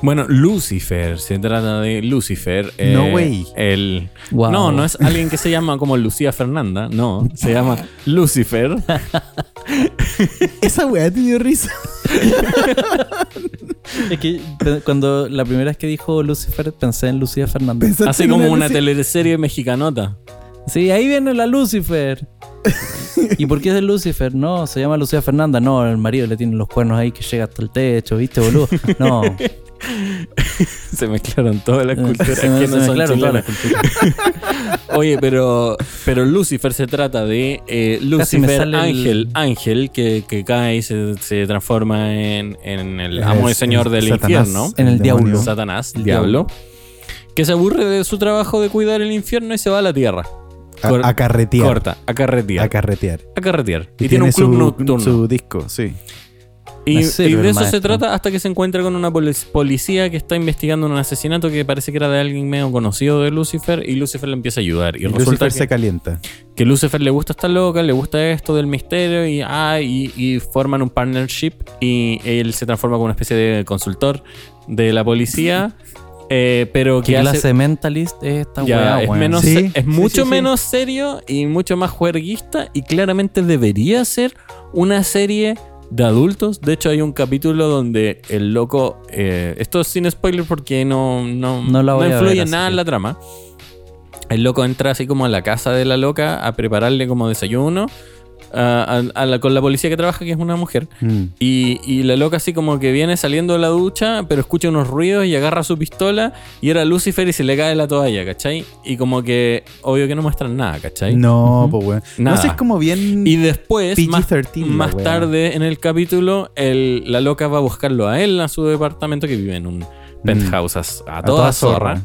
Bueno, Lucifer, se trata de Lucifer. eh, No way. El... Wow. No, no es alguien que se llama como Lucía Fernanda, no, se llama [laughs] Lucifer. Esa weá te dio risa. [laughs] [laughs] Es que pe- cuando la primera vez que dijo Lucifer pensé en Lucía Fernández. Pensaste Así en como una Lucy- teleserie mexicanota. Sí, ahí viene la Lucifer. ¿Y por qué es de Lucifer? No, se llama Lucía Fernanda. No, el marido le tiene los cuernos ahí que llega hasta el techo, ¿viste, boludo? [laughs] No. Eh, Se mezclaron todas Eh, las culturas Se me- que se no me son aclaran todas chilenas. las culturas. Oye, pero, pero Lucifer se trata de eh, Casi me Lucifer, sale el- ángel, ángel que, que cae y se, se transforma en, en el Es- amo y señor es del Satanás, infierno. En el demonio. diablo. Satanás, El diablo, que se aburre de su trabajo de cuidar el infierno y se va a la tierra. Cor- A, a carretear. Corta, a carretear. A carretear. a carretear. Y, tiene un su- club nocturno. Su disco, sí. y, Me sirve y el de eso maestro. se trata hasta que se encuentra con una polic- policía que está investigando un asesinato que parece que era de alguien medio conocido de Lucifer. Y Lucifer le empieza a ayudar. Y, Y resulta Lucifer que, se calienta. que Lucifer le gusta esta loca, le gusta esto del misterio. Y, ah, y, y forman un partnership. Y él se transforma como una especie de consultor de la policía. eh, pero que ¿Qué hace, clase de mentalist es esta Ya, weá, es, weón? menos, Sí, es sí, mucho sí, sí. menos serio y mucho más juerguista y claramente debería ser una serie de adultos. De hecho, hay un capítulo donde el loco... eh, esto es sin spoiler porque no, no, No la voy a ver, influye así nada en que- la trama. El loco entra así como a la casa de la loca a prepararle como desayuno a- a- a la- con la policía que trabaja, que es una mujer. Mm. Y, y la loca así como que viene saliendo de la ducha, pero escucha unos ruidos y agarra su pistola y era Lucifer y se le cae la toalla, ¿cachai? Y como que obvio que no muestran nada, ¿cachai? No, pues weón. No Nada. sé, es como bien. Y después, más, PG-13 la más wea. tarde en el capítulo, el- la loca va a buscarlo a él, a su departamento, que vive en un penthouse a, a Mm. A toda zorra.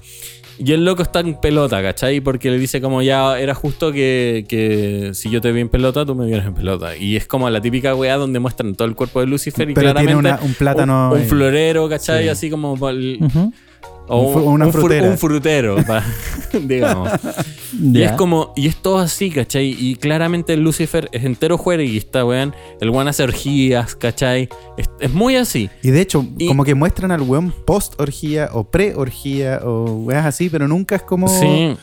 Y el loco está en pelota, ¿cachai? Porque le dice como ya era justo que, que si yo te vi en pelota, tú me vieras en pelota. Y es como la típica weá donde muestran todo el cuerpo de Lucifer y Pero tiene claramente una- un plátano Un, un ahí. florero, ¿cachai? Sí. [laughs] Así como... pal- Ujú. O Un fru- una un fru- frutera. un frutero, pa- [laughs] digamos. Y es como, y es todo así, ¿cachai? Y claramente Lucifer es entero juerguista, weón. El weón hace orgías, ¿cachai? Es, es muy así. Y de hecho, Y- como que muestran al weón post-orgía o pre-orgía o weas así, pero nunca es como. Sí.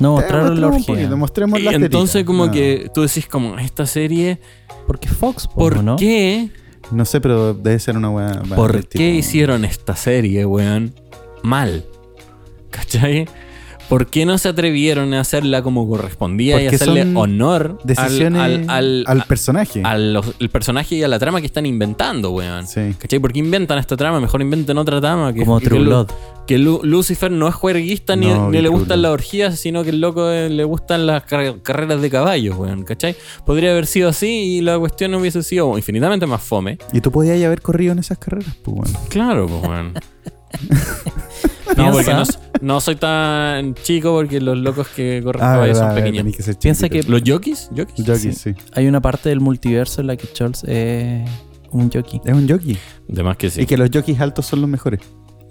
No, "Eh, mostraron la mostremos un orgía. poquito, mostremos Y las entonces tetitas". como No, que tú decís como, esta serie, Porque Fox, po, ¿por ¿no? qué? No sé, pero debe ser una wea. ¿Por del tipo- qué hicieron esta serie, weón? Mal. ¿Cachai? ¿Por qué no se atrevieron a hacerla como correspondía y Porque hacerle son honor al- Decisiones al, al, al, personaje. a los- el personaje y a la trama que están inventando, weón. Sí. ¿Cachai? ¿Por qué inventan esta trama? Mejor inventen otra trama. Que, Como que True Lu- Blood. Que Lu- Lucifer no es juerguista ni, No, ni le True gustan Blood. las orgías, sino que el loco eh, le gustan las car- carreras de caballos, weón. ¿Cachai? Podría haber sido así y la cuestión hubiese sido infinitamente más fome. Y tú podías haber corrido en esas carreras, pues, weón. Claro, pues, [laughs] weón. No, porque no, s- no soy tan chico porque los locos que corren caballos son Ah, verdad, pequeños. tenés que ser Piensa chiquitito. ¿Los jockeys? ¿Jockeys? Jockey, sí. Hay una parte del multiverso en la que Charles es un jockey. Es un jockey. De más que sí. Y que los jockeys altos son los mejores.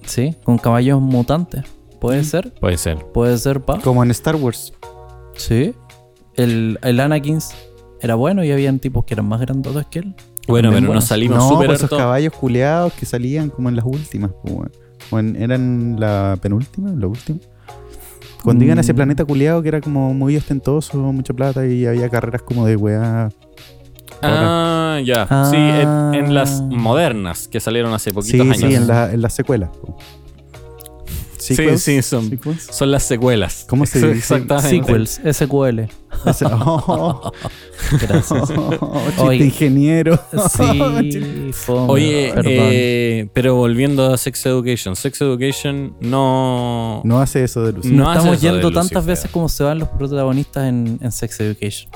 Sí, con caballos mutantes. Puede ser, Puede ser. puede ser, pa. Como en Star Wars. Sí. El, el Anakin era bueno y habían tipos que eran más grandotes que él. Bueno, pero buenos. nos salimos No, súper pues esos harto. caballos culeados que salían como en las últimas, pues, weón. O en- eran la penúltima, la última. Cuando iban a ese Mm. planeta culeado que era como muy ostentoso, mucha plata y había carreras como de weá. Ah, ya. Sí, Ah. en, en las modernas que salieron hace Sí, poquitos años. sí, en, la, en las secuelas. po. Sí, ¿Sequels? sí, son- ¿Sequels? Son las secuelas. ¿Cómo se Eso- dice? Exactamente. Sequels, SQL. [laughs] Ese- [laughs] Oh, oh, Gracias. chiste Oye. ingeniero. Sí, fome, Oye, perdón. eh, pero volviendo a Sex Education. Sex Education no... No hace eso de luz. No Nos hace estamos eso de yendo Lucifer. tantas veces como se van los protagonistas en, en Sex Education.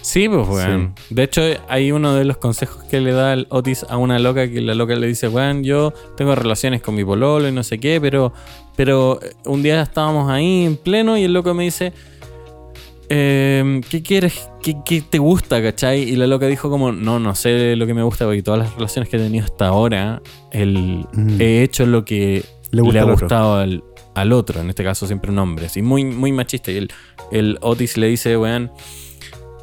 Sí, pues, weón. De hecho, hay uno de los consejos que le da el Otis a una loca que la loca le dice, weón, yo tengo relaciones con mi pololo y no sé qué, pero, pero eh, un día estábamos ahí en pleno y el loco me dice, "Em, ¿qué quieres? ¿Qué, qué te gusta, cachai? Y la loca dijo como, no, no sé lo que me gusta porque todas las relaciones que he tenido hasta ahora, el, Mm. he hecho lo que le, Le gusta ha al otro. gustado al, al otro, en este caso siempre un hombre, así, muy, muy machista. Y el, el Otis le dice, weón,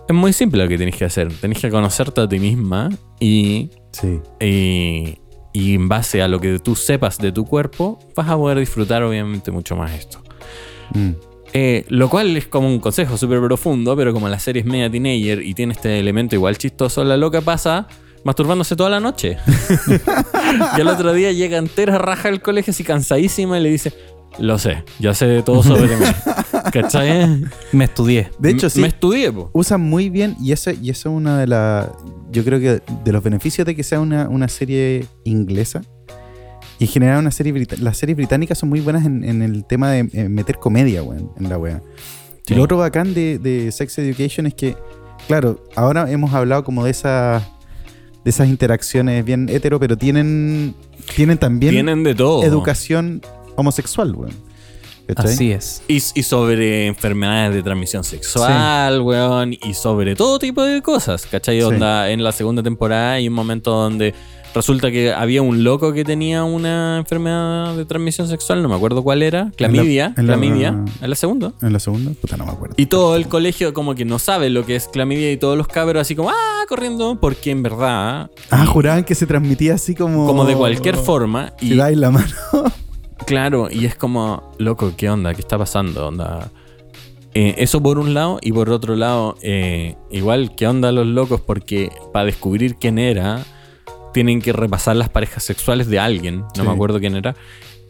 es muy simple lo que tenés que hacer, tenés que conocerte a ti misma y, Sí. y, y en base a lo que tú sepas de tu cuerpo, vas a poder disfrutar obviamente mucho más esto. Mm. Eh, lo cual es como un consejo súper profundo, pero como la serie es media teenager y tiene este elemento igual chistoso, la loca pasa masturbándose toda la [laughs] noche. y al otro día llega entera raja al colegio así cansadísima y le dice, lo sé, ya sé de todo sobre [laughs] mí. ¿Cachai? Me estudié. De hecho, M- sí. Me estudié, po. usan muy bien y eso, y eso es una de las, yo creo que de los beneficios de que sea una, una serie inglesa y en general una serie brita- las series británicas son muy buenas en, en el tema de eh, meter comedia, weón, en la wea. Sí. Y lo otro bacán de, de Sex Education es que, claro, ahora hemos hablado como de esas de esas interacciones bien hetero, pero tienen, tienen también Tienen de todo. educación homosexual, weón. ¿Cachai? Así es. Y, y sobre enfermedades de transmisión sexual, weón, y sobre todo tipo de cosas, ¿cachai? Sí. Onda, en la segunda temporada hay un momento donde resulta que había un loco que tenía una enfermedad de transmisión sexual, no me acuerdo cuál era, clamidia, en la- clamidia, en la segunda. En la segunda, puta, no me acuerdo. Y todo el colegio como que no sabe lo que es clamidia y todos los cabros así como, ah, corriendo, porque en verdad, Ah, juraban que se transmitía así como. como de cualquier forma, Y y dais la mano. Claro, y es como, loco, ¿qué onda? ¿Qué está pasando? Onda. Eh, eso por un lado, y por otro lado, eh, igual, ¿qué onda los locos? Porque para descubrir quién era, tienen que repasar las parejas sexuales de alguien, no Sí. me acuerdo quién era.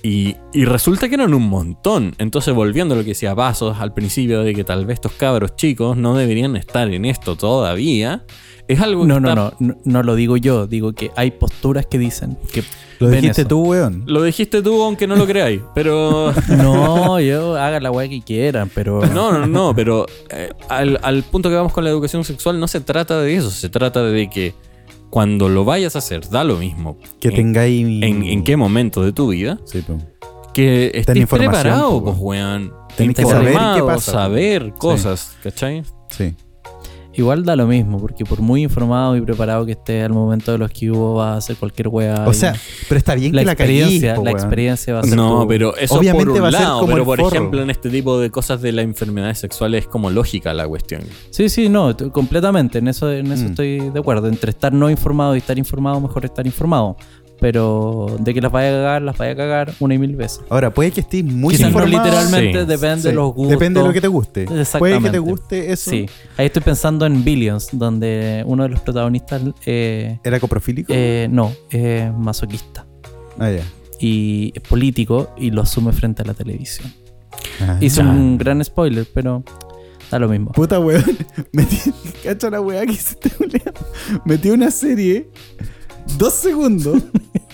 Y, y resulta que eran un montón. Entonces, volviendo a lo que decía Vasos al principio, de que tal vez estos cabros chicos no deberían estar en esto todavía, es algo que No, no, está- no, no, no lo digo yo. Digo que hay posturas que dicen que. [laughs] Lo ven dijiste eso. tú, weón. Lo dijiste tú, aunque no lo creáis, pero. [laughs] No, yo haga la weá que quieran, pero. [laughs] No, no, no, pero eh, al, al punto que vamos con la educación sexual no se trata de eso, se trata de que cuando lo vayas a hacer, da lo mismo. Que en, tengáis. en, en qué momento de tu vida, Sí, po. que estés información, preparado, po, pues, weón. Tenés que Informado, saber qué pasa, po. saber cosas, ¿cachai? Sí. Igual da lo mismo, porque por muy informado y preparado que estés al momento de los cubos, vas a hacer cualquier wea. O y sea, pero está bien la que la caguís, experiencia, po, la weón. experiencia va a ser. No, tu- pero eso Obviamente por un va a ser lado, como pero el por forro. ejemplo en este tipo de cosas de las enfermedades sexuales es como lógica la cuestión. Sí, sí, no, t- completamente. En eso, en eso Mm. estoy de acuerdo. Entre estar no informado y estar informado, mejor estar informado. Pero de que las vaya a cagar, las vaya a cagar una y mil veces. Ahora, puede que estés muy Quizás no informado. literalmente, Sí, depende de Sí, los gustos. Depende de lo que te guste. Puede que Exactamente. te guste eso. Sí, ahí estoy pensando en Billions, donde uno de los protagonistas eh, ¿Era coprofílico? eh, no, es masoquista ah, ya. y es político y lo asume frente a la televisión. Ah. Hice ya. un gran spoiler, pero da lo mismo. Puta weón. [laughs] Metí. Cacha la weá que hiciste, [laughs] Julián. Metí una serie. Dos segundos.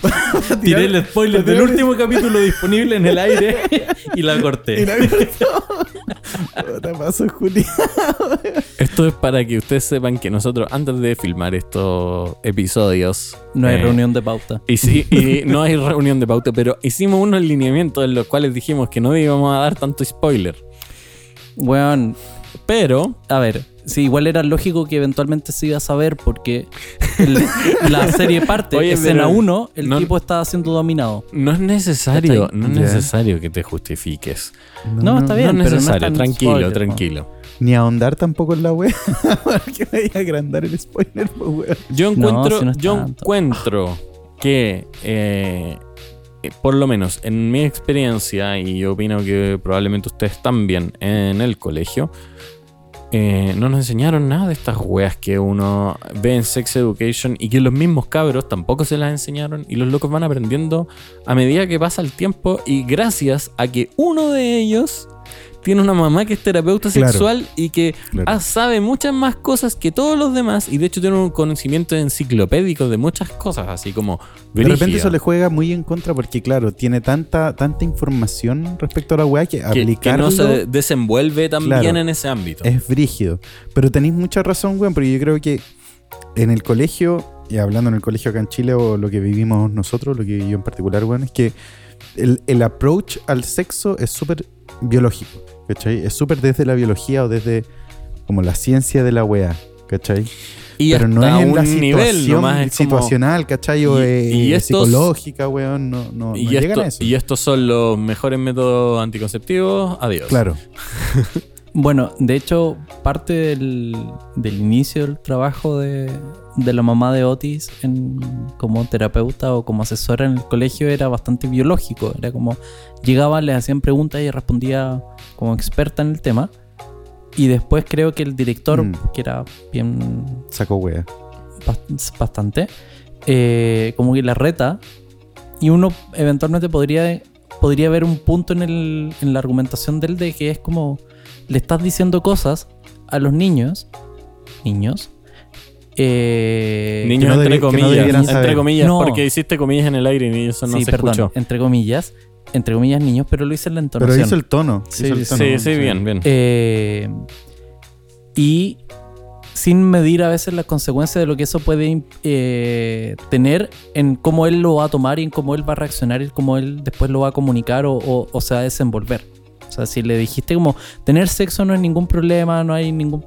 [laughs] para tirar- spoiler del último capítulo disponible en el aire y la corté. y la cortó. Puta pasó, Julián. Esto es para que ustedes sepan que nosotros antes de filmar estos episodios No hay eh, reunión de pauta. Y sí, y no hay reunión de pauta, pero hicimos unos lineamientos en los cuales dijimos que no íbamos a dar tanto spoiler. Weón, Pero a ver, sí, igual era lógico que eventualmente se iba a saber porque [laughs] el- la serie parte, Oye, escena pero 1, el no- tipo está siendo dominado. no es necesario, Está no es Ya. necesario que te justifiques. No, está bien, no es pero no es necesario, tan tranquilo, spoiler, tranquilo. Ni ahondar tampoco en la [laughs] weá. Porque me iba a agrandar el spoiler, pues, po, weón. Yo No, encuentro, si no es yo tanto. encuentro que, eh, eh, por lo menos en mi experiencia, y yo opino que probablemente ustedes también en el colegio, eh, no nos enseñaron nada de estas weas que uno ve en Sex Education y que los mismos cabros tampoco se las enseñaron y los locos van aprendiendo a medida que pasa el tiempo y gracias a que uno de ellos tiene una mamá que es terapeuta Claro. sexual y que Claro. ah, sabe muchas más cosas que todos los demás y de hecho tiene un conocimiento enciclopédico de muchas cosas, así como... De repente brígido. eso le juega muy en contra porque, claro, tiene tanta, tanta información respecto a la weá que, que, que aplicarlo no se de- desenvuelve tan Claro. bien en ese ámbito. es brígido. Pero tenéis mucha razón, weón, porque yo creo que en el colegio, y hablando en el colegio acá en Chile o lo que vivimos nosotros, lo que yo en particular, weón, es que el, el approach al sexo es súper biológico, ¿cachai? Es súper desde la biología o desde como la ciencia de la weá, ¿cachai? y pero no hasta es en la un nivel, situación nomás es como- situacional, ¿cachai? O Y- eh, y estos- psicológica, weón. No, no, no y, llegan esto- a eso. y estos son los mejores métodos anticonceptivos. Adiós. Claro. Bueno, de hecho, parte del, del inicio del trabajo de, de la mamá de Otis en, como terapeuta o como asesora en el colegio era bastante biológico. Era como llegaba, le hacían preguntas y ella respondía como experta en el tema. Y después creo que el director, Mm. que era bien Saco wea. bast- bastante, eh, como que la reta. Y uno eventualmente podría, podría ver un punto en, el- en la argumentación del de que es como le estás diciendo cosas a los niños, niños, eh, Niños, no entre debi- que no comillas. debieran entre saber. comillas, No. porque hiciste comillas en el aire y eso no sí, se perdón, escuchó. entre comillas, entre comillas niños, pero lo hice en la Pero entonación. hizo el tono. Sí, hizo el sí, tono, sí, sí, bien, bien. Eh, y sin medir a veces las consecuencias de lo que eso puede eh, tener en cómo él lo va a tomar y en cómo él va a reaccionar y cómo él después lo va a comunicar o, o- o se va a desenvolver. O sea, si le dijiste como tener sexo no es ningún problema, no hay ningún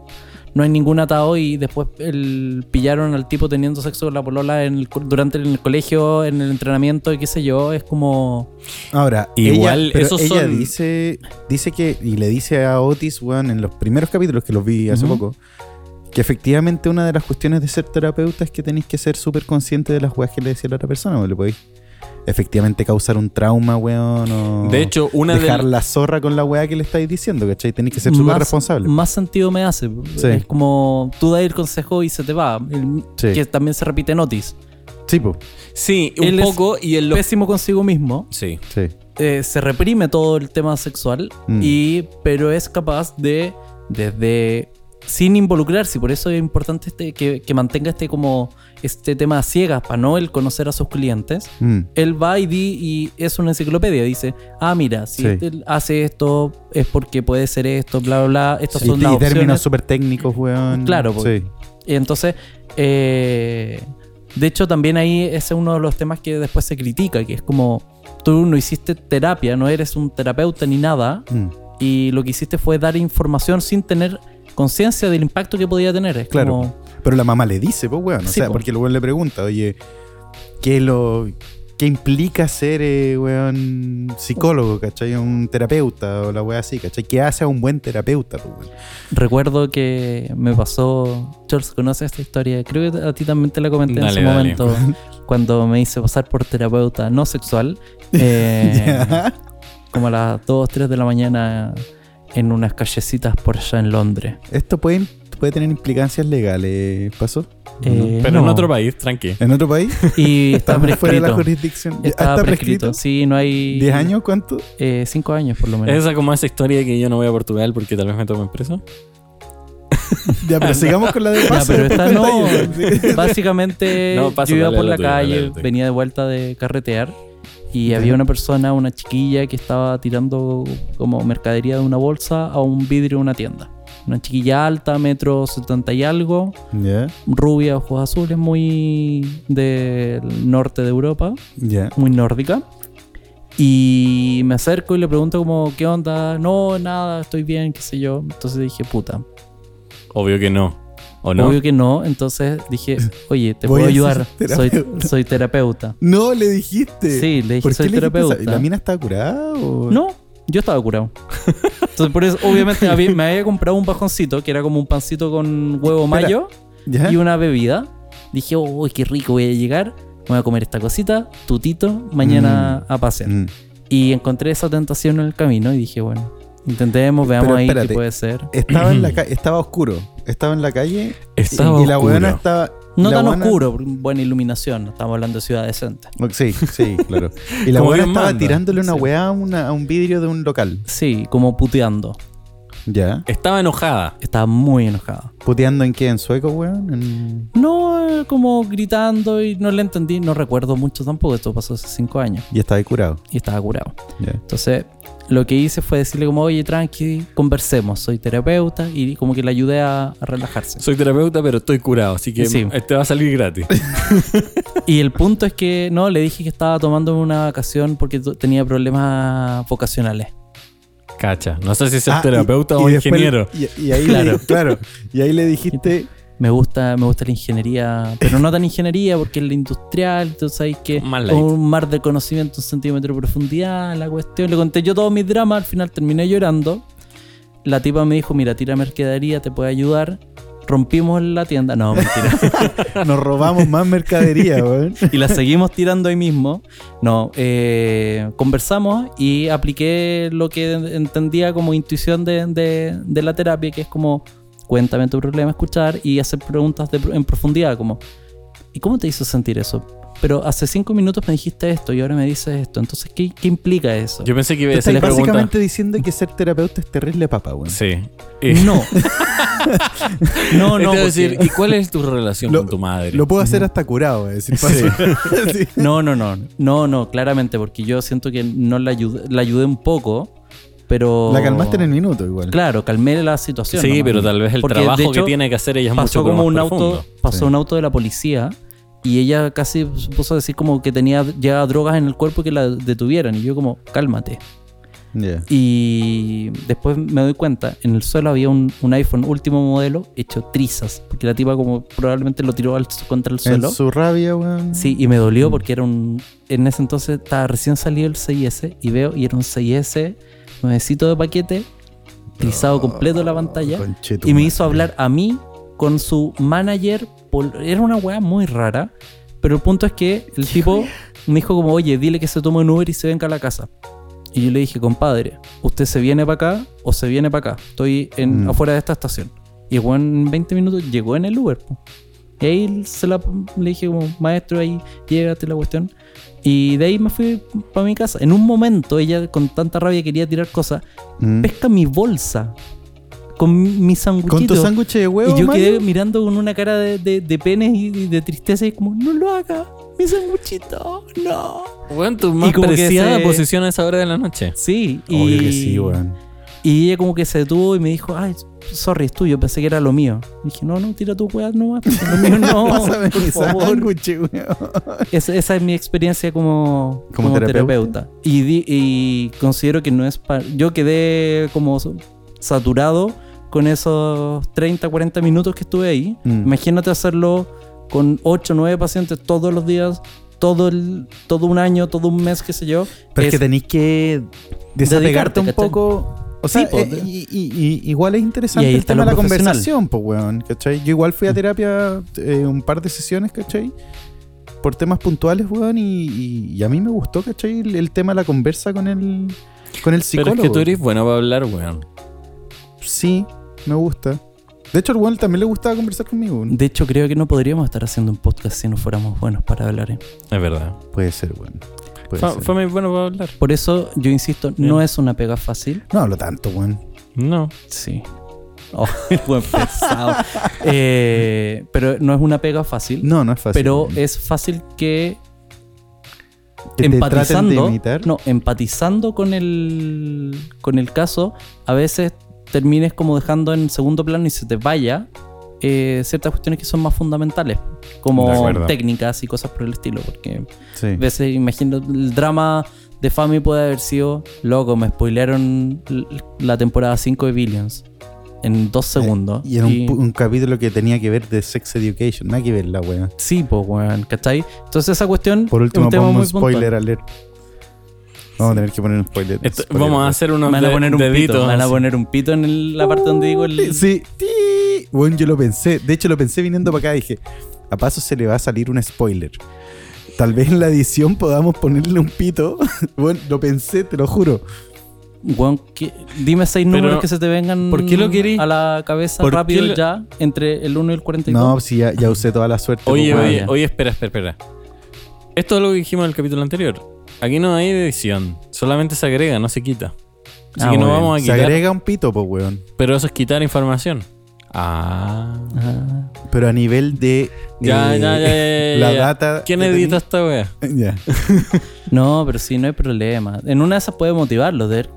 no hay ningún atado y después el, pillaron al tipo teniendo sexo con la polola en el co- durante el colegio, en el entrenamiento y qué sé yo, es como... Ahora, Igual, ella, pero esos ella son- dice, dice que, y le dice a Otis, weón, en los primeros capítulos que los vi hace Ujú. poco, que efectivamente una de las cuestiones de ser terapeuta es que tenéis que ser súper consciente de las weas que le decía la otra persona, weón. Le podéis efectivamente causar un trauma, weón, o De hecho, una dejar de la zorra con la wea que le estáis diciendo, ¿cachai? Tenéis que ser súper más- responsable. Más sentido me hace. Sí. Es como tú das el consejo y se te va. El- Sí. Que también se repite en Otis. Sí, po. Sí, un Él es poco y en los... Pésimo consigo mismo. Sí. Sí. eh, se reprime todo el tema sexual. Mm. Y, pero es capaz de. Desde. Sin involucrarse. y Por eso es importante este, que, que mantenga este como. Este tema a ciegas. Para no el conocer a sus clientes. Mm. Él va y, di- y es una enciclopedia. Dice, ah, mira, si Sí. él hace esto, es porque puede ser esto, bla, bla, bla. Estas Y, son las y términos opciones. súper técnicos, weón. Claro, po. sí. Y entonces, eh, de hecho, también ahí ese es uno de los temas que después se critica, que es como tú no hiciste terapia, no eres un terapeuta ni nada, Mm. y lo que hiciste fue dar información sin tener conciencia del impacto que podía tener. Es Claro. como- Pero la mamá le dice, pues, weón. O Sí, sea, po. porque el weón le pregunta, oye, ¿qué, es lo, qué implica ser, eh, weón, psicólogo, cachai? Un terapeuta o la weá así, cachai? ¿Qué hace a un buen terapeuta, pues, weón? recuerdo que me pasó, Charles conoce esta historia, creo que a ti también te la comenté Dale, en su dale. [laughs] momento, cuando me hice pasar por terapeuta no sexual, eh, [laughs] Ya. como a las 2, 3 de la mañana en unas callecitas por allá en Londres. Esto puede, puede tener implicancias legales, ¿pasó? Eh, Pero en no. otro país, tranqui. ¿En otro [laughs] país? Y [laughs] está Estamos fuera de la prescrito. jurisdicción. Ah, Está prescrito. Sí, no hay... ¿10 años? ¿Cuánto? Eh, cinco años por lo menos. Esa como esa historia de que yo no voy a Portugal porque tal vez me tomen preso. Ya, [laughs] pero sigamos con la de paso. [laughs] pero después esta no. [laughs] cuenta yo. Básicamente No, pasa, yo iba dale, por dale la tú, dale, calle, dale tú. venía de vuelta de carretear y Ya. había una persona, una chiquilla que estaba tirando como mercadería de una bolsa a un vidrio de una tienda. Una chiquilla alta, metro 70 y algo, [laughs] Ya, rubia, ojos azules, muy del norte de Europa, ya. muy nórdica. Y me acerco y le pregunto como, ¿qué onda? No, nada, estoy bien, qué sé yo. Entonces dije, puta, Obvio que no. ¿O no? Obvio que no, entonces [laughs] dije, oye, te Voy puedo a ser ayudar, soy terapeuta. soy terapeuta. No, le dijiste. Sí, le dije, ¿Por qué soy le dijiste esa- terapeuta. ¿La mina está curada o...? No, yo estaba curado. Entonces, por eso, obviamente, había- me había comprado un bajoncito, que era como un pancito con huevo Espera. ¿eh? mayo ¿Ya? y una bebida. Dije, uy, qué rico, voy a llegar, voy a comer esta cosita, tutito, mañana a pasear. Mm. Y encontré esa tentación en el camino y dije, bueno, intentemos, veamos Pero ahí qué espérate. puede ser. [clears throat] Estaba en la ca- estaba oscuro. Estaba en la calle Estaba y, y la oscuro. weona estaba. No la tan weona- oscuro, buena iluminación, estamos hablando de ciudad decente. Sí, [laughs] sí, claro. Y la Como weona Dios estaba manda. tirándole una Sí. weá a, una- a un vidrio de un local. Sí, como puteando. Ya. Estaba enojada. Estaba muy enojada. ¿Puteando en qué? ¿En sueco, weón? En- No, eh, como gritando y no le entendí, no recuerdo mucho tampoco, esto pasó hace cinco años Y estaba ahí curado. y estaba curado. Ya. Entonces, lo que hice fue decirle como, oye, tranqui, conversemos, soy terapeuta y como que le ayudé a, a [laughs] relajarse. Soy terapeuta, pero estoy curado, así que Sí. eh, te va a salir gratis. Y el punto es que, no, le dije que estaba tomando una vacación porque t- tenía problemas vocacionales. [laughs] Cacha. No sé si es Ah, terapeuta y- o y después- ingeniero. Y, y ahí Claro. le, claro. Y ahí le dijiste. Me gusta, me gusta la ingeniería, pero no tan ingeniería porque es la industrial, entonces hay que Más light. un mar de conocimiento, un centímetro de profundidad, la cuestión. Le conté yo todos mis dramas, al final terminé llorando. La tipa me dijo, mira, tira mercadería, te puede ayudar. Rompimos la tienda, no, mentira. Nos robamos más [laughs] mercadería, weón. y la seguimos tirando ahí mismo. No, eh, conversamos y apliqué lo que entendía como intuición de, de- de la terapia, que es como, cuéntame tu problema, escuchar y hacer preguntas de- en profundidad, como, ¿y cómo te hizo sentir eso? Pero hace cinco minutos me dijiste esto y ahora me dices esto. Entonces, ¿qué, qué implica eso? Yo pensé que Tú iba a estás ser básicamente pregunta. diciendo que ser terapeuta es terrible papa, weón. Sí. [laughs] No. no, no. Te iba a porque- decir, ¿y cuál es tu relación Lo- con tu madre? Lo puedo hacer hasta curado, weón. sin paso. [laughs] Sí. No, no, no. No, no, claramente, porque yo siento que no la ayudé, la ayudé un poco, pero. La calmaste en el minuto, igual. Claro, calmé la situación. sí, nomás. pero tal vez el Porque, de trabajo que hecho, tiene que hacer ella es pasó mucho como más un auto, profundo. pasó Sí. un auto de la policía y ella casi se puso a decir como que tenía ya drogas en el cuerpo y que la detuvieran y yo como cálmate. Ya. Y después me doy cuenta, en el suelo había un, un iPhone último modelo hecho trizas, porque la tipa como probablemente lo tiró al- contra el suelo. En su rabia, weón. Sí, y me dolió porque era un. En ese entonces estaba recién salido el 6S y veo, y era un 6S nuevecito de paquete, Oh, trizado completo la Ah, pantalla. Conchetumare. Y me hizo hablar a mí con su manager. por- Era una weá muy rara. Pero el punto es que el tipo me dijo como, oye, dile que se tome un Uber y se venga a la casa. Y yo le dije, compadre, ¿usted se viene para acá o se viene para acá? Estoy en, Mm. afuera de esta estación. Y el weón en 20 minutos llegó en el Uber. po. Y ahí se la, le dije como, maestro, ahí llégate la cuestión. Y de ahí me fui para mi casa. En un momento ella con tanta rabia quería tirar cosas. Mm. Pesca mi bolsa con mi- mi sanguchito. Con tu sándwich de huevo. Y yo Mario? quedé mirando con una cara de, de, de pene y y de tristeza y como, no lo haga, mi sanguchito, no. Bueno, tu más como que preciada se- posición a esa hora de la noche. Sí, y, Obvio que sí, weón. y ella como que se detuvo y me dijo, ay, sorry, es tuyo, pensé que era lo mío. Y dije, no, no, tira tu weá nomás, porque lo [laughs] mío no, Pásame por mi favor. sándwich, weón. Es- esa es mi experiencia como, Como como, terapeuta. terapeuta. Y, di- y considero que no es para... Yo quedé como saturado con esos 30, 40 minutos que estuve ahí. Mm. Imagínate hacerlo con 8, 9 pacientes todos los días, todo, el, todo un año, todo un mes, qué sé yo. Pero es que Es- tenéis que desapegarte Dedicarte, un ¿cachai? poco. O Sí, sea, po. eh, y, y- y- igual es interesante Y ahí el está tema de la lo profesional. Mm. conversación, pues, weón. ¿cachai? Yo igual fui a terapia eh, un par de sesiones, ¿cachai? Por temas puntuales, weón. Y, y- y a mí me gustó, ¿cachai? El, el tema de la conversa con el, con Pero el psicólogo. es que tú eres bueno para hablar, weón. Sí, me gusta. De hecho, al weón también le gustaba conversar conmigo. weón. De hecho, creo que no podríamos estar haciendo un podcast si no fuéramos buenos para hablar. ¿eh? Es verdad. Puede ser, weón. Puede Fue, ser. fue muy bueno para hablar. Por eso, yo insisto, no es una pega fácil. No hablo tanto, weón. No. Sí. Oh, [laughs] buen pesado. Eh, pero no es una pega fácil. No, no es fácil. pero weón. es fácil que, Que te traten de empatizando. imitar. No, empatizando con el. con el caso, a veces termines como dejando en segundo plano y se te vaya. eh, ciertas cuestiones que son más fundamentales, De como acuerdo. técnicas y cosas por el estilo, porque Sí. a veces imagino el drama de Fami puede haber sido loco, me spoilearon l- la temporada 5 de Billions en dos segundos. Eh, Y era un pu- un, capítulo que tenía que ver de Sex Education. Nada que ver la weá. Sí, pues, weón, ¿cachai? Entonces esa cuestión Por último, es un tema ponme muy un spoiler puntual. alert. Vamos a tener que poner un spoiler. Esto- spoiler pues. vamos a alert. hacer Me unos van a de- poner un deditos. pito, me van a así. poner un pito en el- la parte donde digo el... Sí. Ti. Bueno, yo lo pensé. De hecho, lo pensé viniendo para acá. Dije, a paso se le va a salir un spoiler. Tal vez en la edición podamos ponerle un pito. [laughs] Bueno, lo pensé, te lo juro. Weón, ¿qué? dime seis Pero, números que se te vengan ¿por qué lo querí? a la cabeza ¿Por rápido qué lo- ya, entre el 1 y el 42. No, si ya, ya usé toda la suerte. Oye, pues, oye, weón. oye, espera, espera, espera. Esto es lo que dijimos en el capítulo anterior. Aquí no hay edición. Solamente se agrega, no se quita. Así Ah, que no muy bien. vamos a Se quitar. agrega un pito, pues, weón. Pero eso es quitar información. Ah. Ah, Pero a nivel de. Ya, eh, ya, ya, ya, ya, La ya. data. ¿Quién que edita esta wea? [laughs] tenía- Ya. No, pero sí, no hay problema. En una de esas puede motivarlos. De...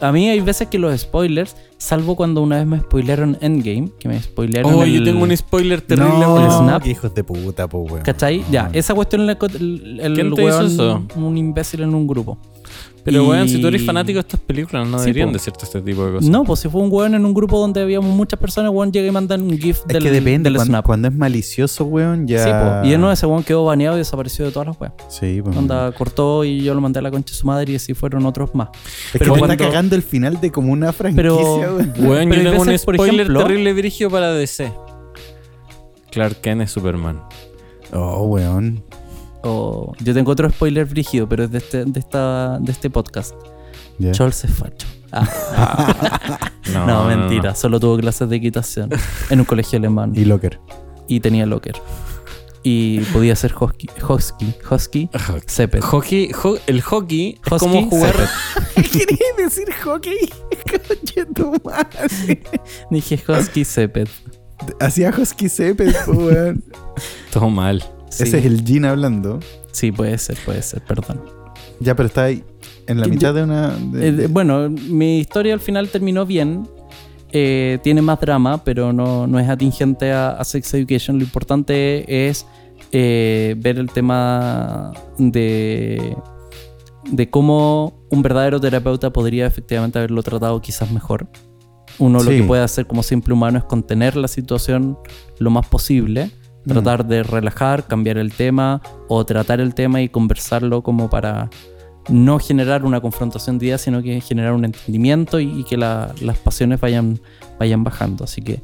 A mí hay veces que los spoilers, salvo cuando una vez me spoilearon Endgame, que me spoilearon. Oh, el- yo tengo un spoiler terrible. no, el snap. qué hijos de puta, po, weón. Ah. ¿Cachai? Ya, esa cuestión la. co- El, el Ah. ¿Quién te hizo weón, eso? Un imbécil en un grupo. Pero Y- weón, si tú eres fanático de estas películas, no Sí, deberían po. decirte este tipo de cosas. No, pues si fue un weón en un grupo donde habíamos muchas personas, weón llega y mandan un GIF Es del, que depende. del cuando, snap. cuando es malicioso, weón, ya. Sí, po. Y en uno de ese weón quedó baneado y desapareció de todas las weas. Sí, pues. po. Onda, cortó y yo lo mandé a la concha de su madre y así fueron otros más. Es pero que te cuando- está cagando el final de como una franquicia, Pero- weón. Weón, Pero yo hay tengo un veces, por spoiler ejemplo- terrible virigio para DC. Clark Kent es Superman. Oh, weón. O- yo tengo otro spoiler brígido, pero es de este, de esta, de este podcast. Ya. Charles es facho. Ah, No, [laughs] no, mentira. Solo tuvo clases de [laughs] equitación en un colegio alemán. Y Locker. y tenía locker. Y podía ser Hosky, Hosky, Hosky, [laughs] Cepet. Hockey, ho- el hockey es Hosky, como jugar. Cepet. ¿Querías decir [laughs] hockey? Coche tu madre. Dije Hosky, Cepet. Hacía Hosky Cepes, po, [laughs] weón. Todo mal. Sí, Ese es el Gin hablando. sí, puede ser, puede ser, perdón. Ya, pero está ahí. En la Yo- mitad de una. de- Eh, de- bueno, mi historia al final terminó bien. Eh, tiene más drama, pero no, no es atingente a, a Sex Education. Lo importante es eh, ver el tema de, de cómo un verdadero terapeuta podría efectivamente haberlo tratado quizás mejor. Uno lo Sí. que puede hacer como simple humano es contener la situación lo más posible, Mm. tratar de relajar, cambiar el tema o tratar el tema y conversarlo como para no generar una confrontación de ideas, sino que generar un entendimiento y, y que la- las pasiones vayan, vayan bajando. Así que,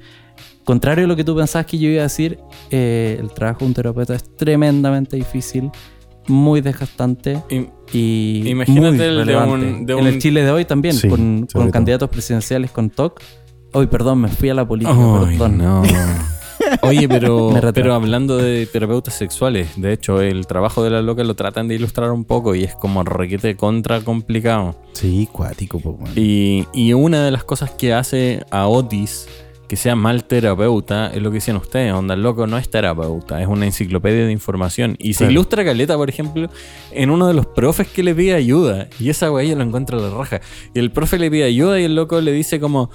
contrario a lo que tú pensabas que yo iba a decir, eh, el trabajo de un terapeuta es tremendamente difícil, muy desgastante Y- y Imagínate muy el de relevante. un- de En el un- Chile de hoy también, Sí, con, sobre con todo. candidatos presidenciales, con TOC. Hoy, perdón, me fui a la política, Ay, perdón. no. [laughs] Oye, pero, [laughs] Me retrato. pero hablando de terapeutas sexuales, de hecho, el trabajo de la loca lo tratan de ilustrar un poco y es como requete contra complicado. Sí, cuático, po, weón. Y, y una de las cosas que hace a Otis que sea mal terapeuta es lo que dicen ustedes, onda el loco no es terapeuta, es una enciclopedia de información. Y se Claro. ilustra Caleta, por ejemplo, en uno de los profes que le pide ayuda. Y esa weá ella lo encuentra a la raja. Y el profe le pide ayuda y el loco le dice como,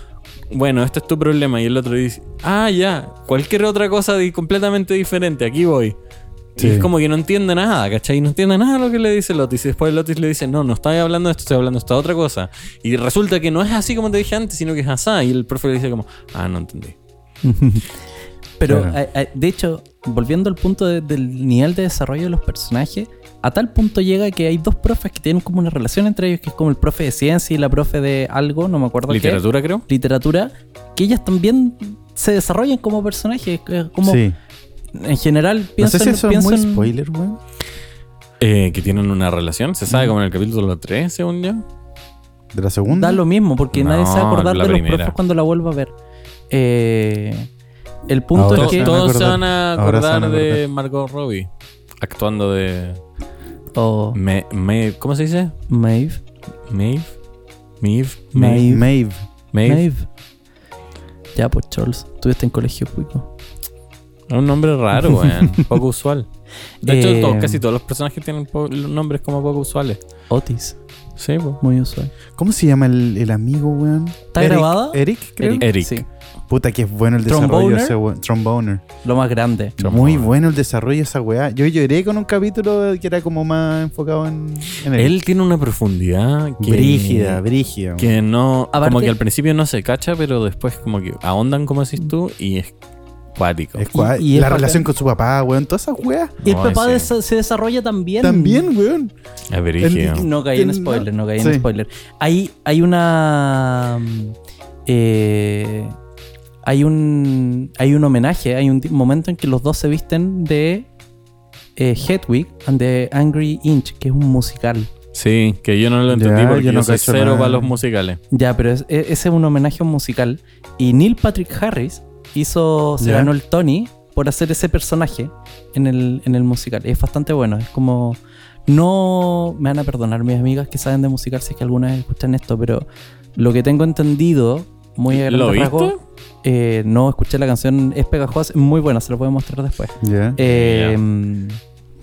bueno, este es tu problema. Y el otro dice, ah, ya, cualquier otra cosa di- completamente diferente, aquí voy. Sí. Y es como que no entiende nada, ¿cachai? No entiende nada lo que le dice Lotis. Y después Lotis le dice, no, no estaba hablando de esto, estoy hablando de esta otra cosa. Y resulta que no es así como te dije antes, sino que es asá. Y el profe le dice como, ah, no entendí. Pero, Claro. a- a- de hecho, volviendo al punto de- del nivel de desarrollo de los personajes, a tal punto llega que hay dos profes que tienen como una relación entre ellos, que es como el profe de ciencia y la profe de algo, no me acuerdo Literatura, creo. qué, literatura, que ellas también se desarrollan como personajes, eh, como Sí. en general No sé piensan, si eso es piensan- muy spoiler, weón. Eh, que tienen una relación, se sabe como en el capítulo 3, según yo. De la segunda. Da lo mismo, porque nadie se va a No, acordar la de los primera. profes cuando la vuelva a ver. Eh, el punto Ahora es que. se van a todos se acordar. van a Ahora se van acordar a de acordar. Margot Robbie actuando de... Oh, Me, me- ¿Cómo se dice? Maeve. Maeve. Maeve. Maeve. Maeve. Maeve. Maeve. Maeve. Ya, pues, Charles, estuviste en colegio público. Es un nombre raro, [laughs] weón. Poco usual. De hecho, Eh, to- casi todos los personajes tienen po- nombres como poco usuales. Otis, Sí, po. muy usual. ¿Cómo se llama el, el amigo, weón? ¿Está Eric- grabada? Eric, creo. Eric. sí. Puta, que es bueno el desarrollo Tromboner. ese weón. Tromboner. Lo más grande. Muy bueno el desarrollo de esa weá. Yo lloré con un capítulo que era como más enfocado en, en Eric. Él tiene una profundidad que, Brígida, brígida. que no. como Aparte- que al principio no se cacha, pero después como que ahondan, como decís tú, y es cuático. Es cual- Y- y es la bacán. relación con su papá, weón. Todas esas weas. Y el No, papá ese- desa- se desarrolla también. También, weón. Es brígido. el- No caí en El- spoiler, no caí sí. en spoiler. Hay, hay una. mm, eh, hay un. Hay un homenaje, hay un ti- momento en que los dos se visten de eh, Hedwig and the Angry Inch, que es un musical. Sí, que yo no lo entendí Ya, porque yo yo, no soy cacho cero nada. para los musicales. Ya, pero es- e- ese es un homenaje a un musical. Y Neil Patrick Harris hizo. se Ya. ganó el Tony por hacer ese personaje en el, en el musical. Es bastante bueno. Es como. No me van a perdonar mis amigas que saben de musical si es que alguna vez escuchan esto, pero lo que tengo entendido, muy a ¿Lo grandes rasgos, viste? eh, no escuché la canción, es pegajosa, es muy buena, se lo voy a mostrar después. Ya. Eh, Ya. mm,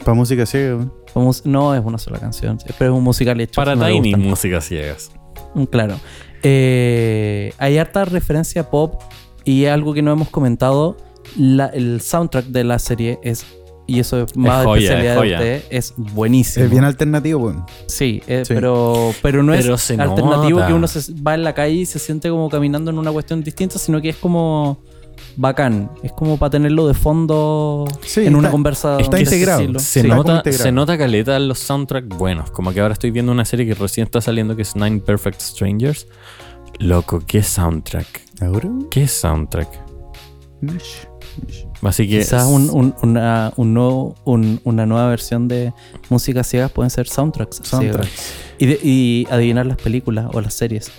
Para música ciega, weón. vamos- no es una sola canción, pero es un musical hecho. Para no me Tiny, gustan. música ciegas. Mm, Claro. Eh, hay harta referencia pop y algo que no hemos comentado. la- el soundtrack de la serie es, y eso es más joya, especialidad es joya. de usted, es buenísimo. Es bien alternativo, weón. sí, eh, sí. Pero, pero no Pero es se alternativo nota. que uno se va en la calle y se siente como caminando en una cuestión distinta, sino que es como bacán. Es como para tenerlo de fondo Sí, en una está- conversación. está integrado. Se, Sí. Está como nota, integrado. se nota caleta los soundtracks buenos. Como que ahora estoy viendo una serie que recién está saliendo que es Nine Perfect Strangers. Loco, qué soundtrack. ¿Ahora? Qué soundtrack. Mish, mish. Así que. Quizás un, un- una, un nuevo- un- una nueva versión de música ciegas pueden ser soundtracks. Soundtrack. ciegas. Y, de- y adivinar las películas o las series.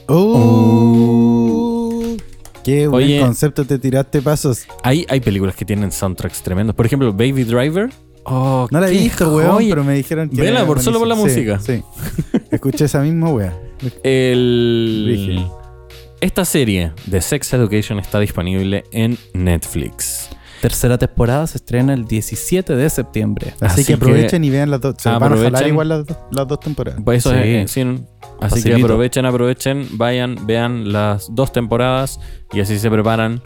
¡Oh! ¡Qué buen Oye. concepto te tiraste, pasos! hay, hay películas que tienen soundtracks tremendos. Por ejemplo, Baby Driver. Oh, No la he qué visto, weón, joya. pero me dijeron que. Vela, era por- solo por la buenísima. Sí, sí. Escuché esa misma wea. El... Brígido. Esta serie de Sex Education está disponible en Netflix. Tercera temporada se estrena el 17 de septiembre. Así, Así que aprovechen y vean las dos. Se van a jalar aprovechen. igual las, dos- las dos temporadas. Pues eso Sí. es, sí, ¿no? Así que Facilito. aprovechen, aprovechen, vayan, vean las dos temporadas y así se preparan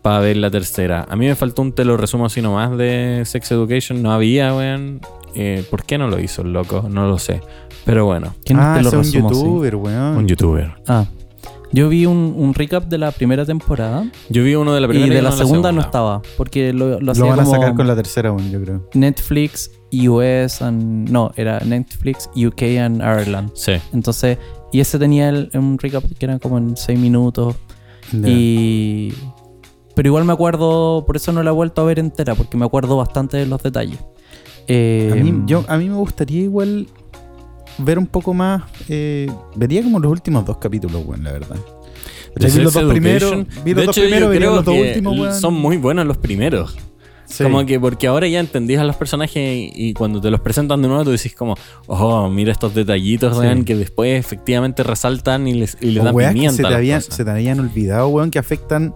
para ver la tercera. A mí me faltó un te lo resumo así nomás de Sex Education, no había, weón. Eh, ¿Por qué no lo hizo el loco? No lo sé. Pero bueno, ¿Quién ah, te lo es un resumo así? youtuber, weón. un youtuber. Ah, yo vi un, un recap de la primera temporada Yo vi uno de la y primera de la, segunda no estaba, porque lo, lo hacía Lo van a como sacar con la tercera, weón, yo creo. Netflix US and no era Netflix UK and Ireland. Sí. Entonces y ese tenía el- un recap que era como en 6 minutos Ya. Y... Pero igual me acuerdo, por eso no la he vuelto a ver entera, porque me acuerdo bastante de los detalles. Eh, A Em, mí, yo, a mí me gustaría igual ver un poco más. eh, vería como los últimos dos capítulos, weón, la verdad. De vi los Sex dos primeros, Education. vi los De dos hecho, yo primeros, vería creo los dos que últimos, weón. Son muy buenos los primeros. Sí. Como que porque ahora ya entendís a los personajes y, y cuando te los presentan de nuevo tú decís como, oh, mira estos detallitos, Sí. weón, que después efectivamente resaltan y les, y les O dan weas que pimienta se a te, las habían, cosas. se te habían olvidado, weón, que afectan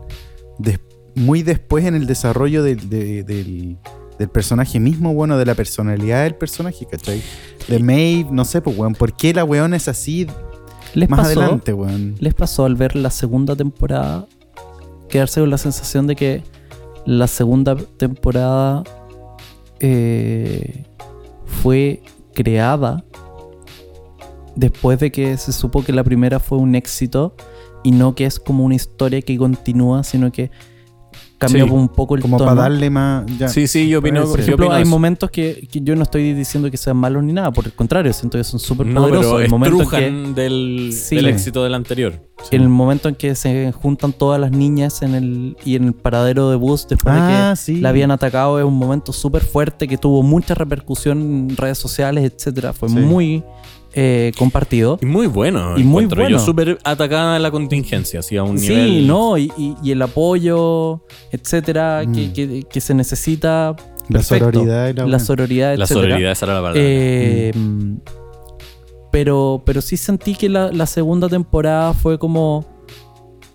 des- muy después en el desarrollo del, de- del, del personaje mismo, bueno, de la personalidad del personaje, ¿cachai? Eh, De Maeve, no sé, pues, weón, ¿por qué la weón es así ¿les, más pasó, adelante, weón? ¿Les pasó al ver la segunda temporada quedarse con la sensación de que la segunda temporada eh, fue creada después de que se supo que la primera fue un éxito y no que es como una historia que continúa, sino que cambió Sí, un poco el Como tono. para darle más. ya. Sí, sí, yo opino. Puede Por ser. Por ejemplo, hay momentos momentos que, que yo no estoy diciendo que sean malos ni nada, por el contrario, siento que son súper no, poderosos. pero el, momento en que, estrujan del, Sí. del éxito del anterior. Sí. el momento en que se juntan todas las niñas en el, y en el paradero de bus después Ah, de que sí. la habían atacado es un momento súper fuerte que tuvo mucha repercusión en redes sociales, etcétera. Fue Sí. muy eh, compartido. Y muy bueno. Y muy encuentro bueno. Yo súper atacada a la contingencia, así a un nivel. Sí, ¿no? Y, y- y el apoyo, etcétera, Mm. que, que- que se necesita. La Perfecto. sororidad y la. La sororidad, etcétera. La solidaridad, esa era la palabra. Eh, mm, pero, pero sí sentí que la, la segunda temporada fue como.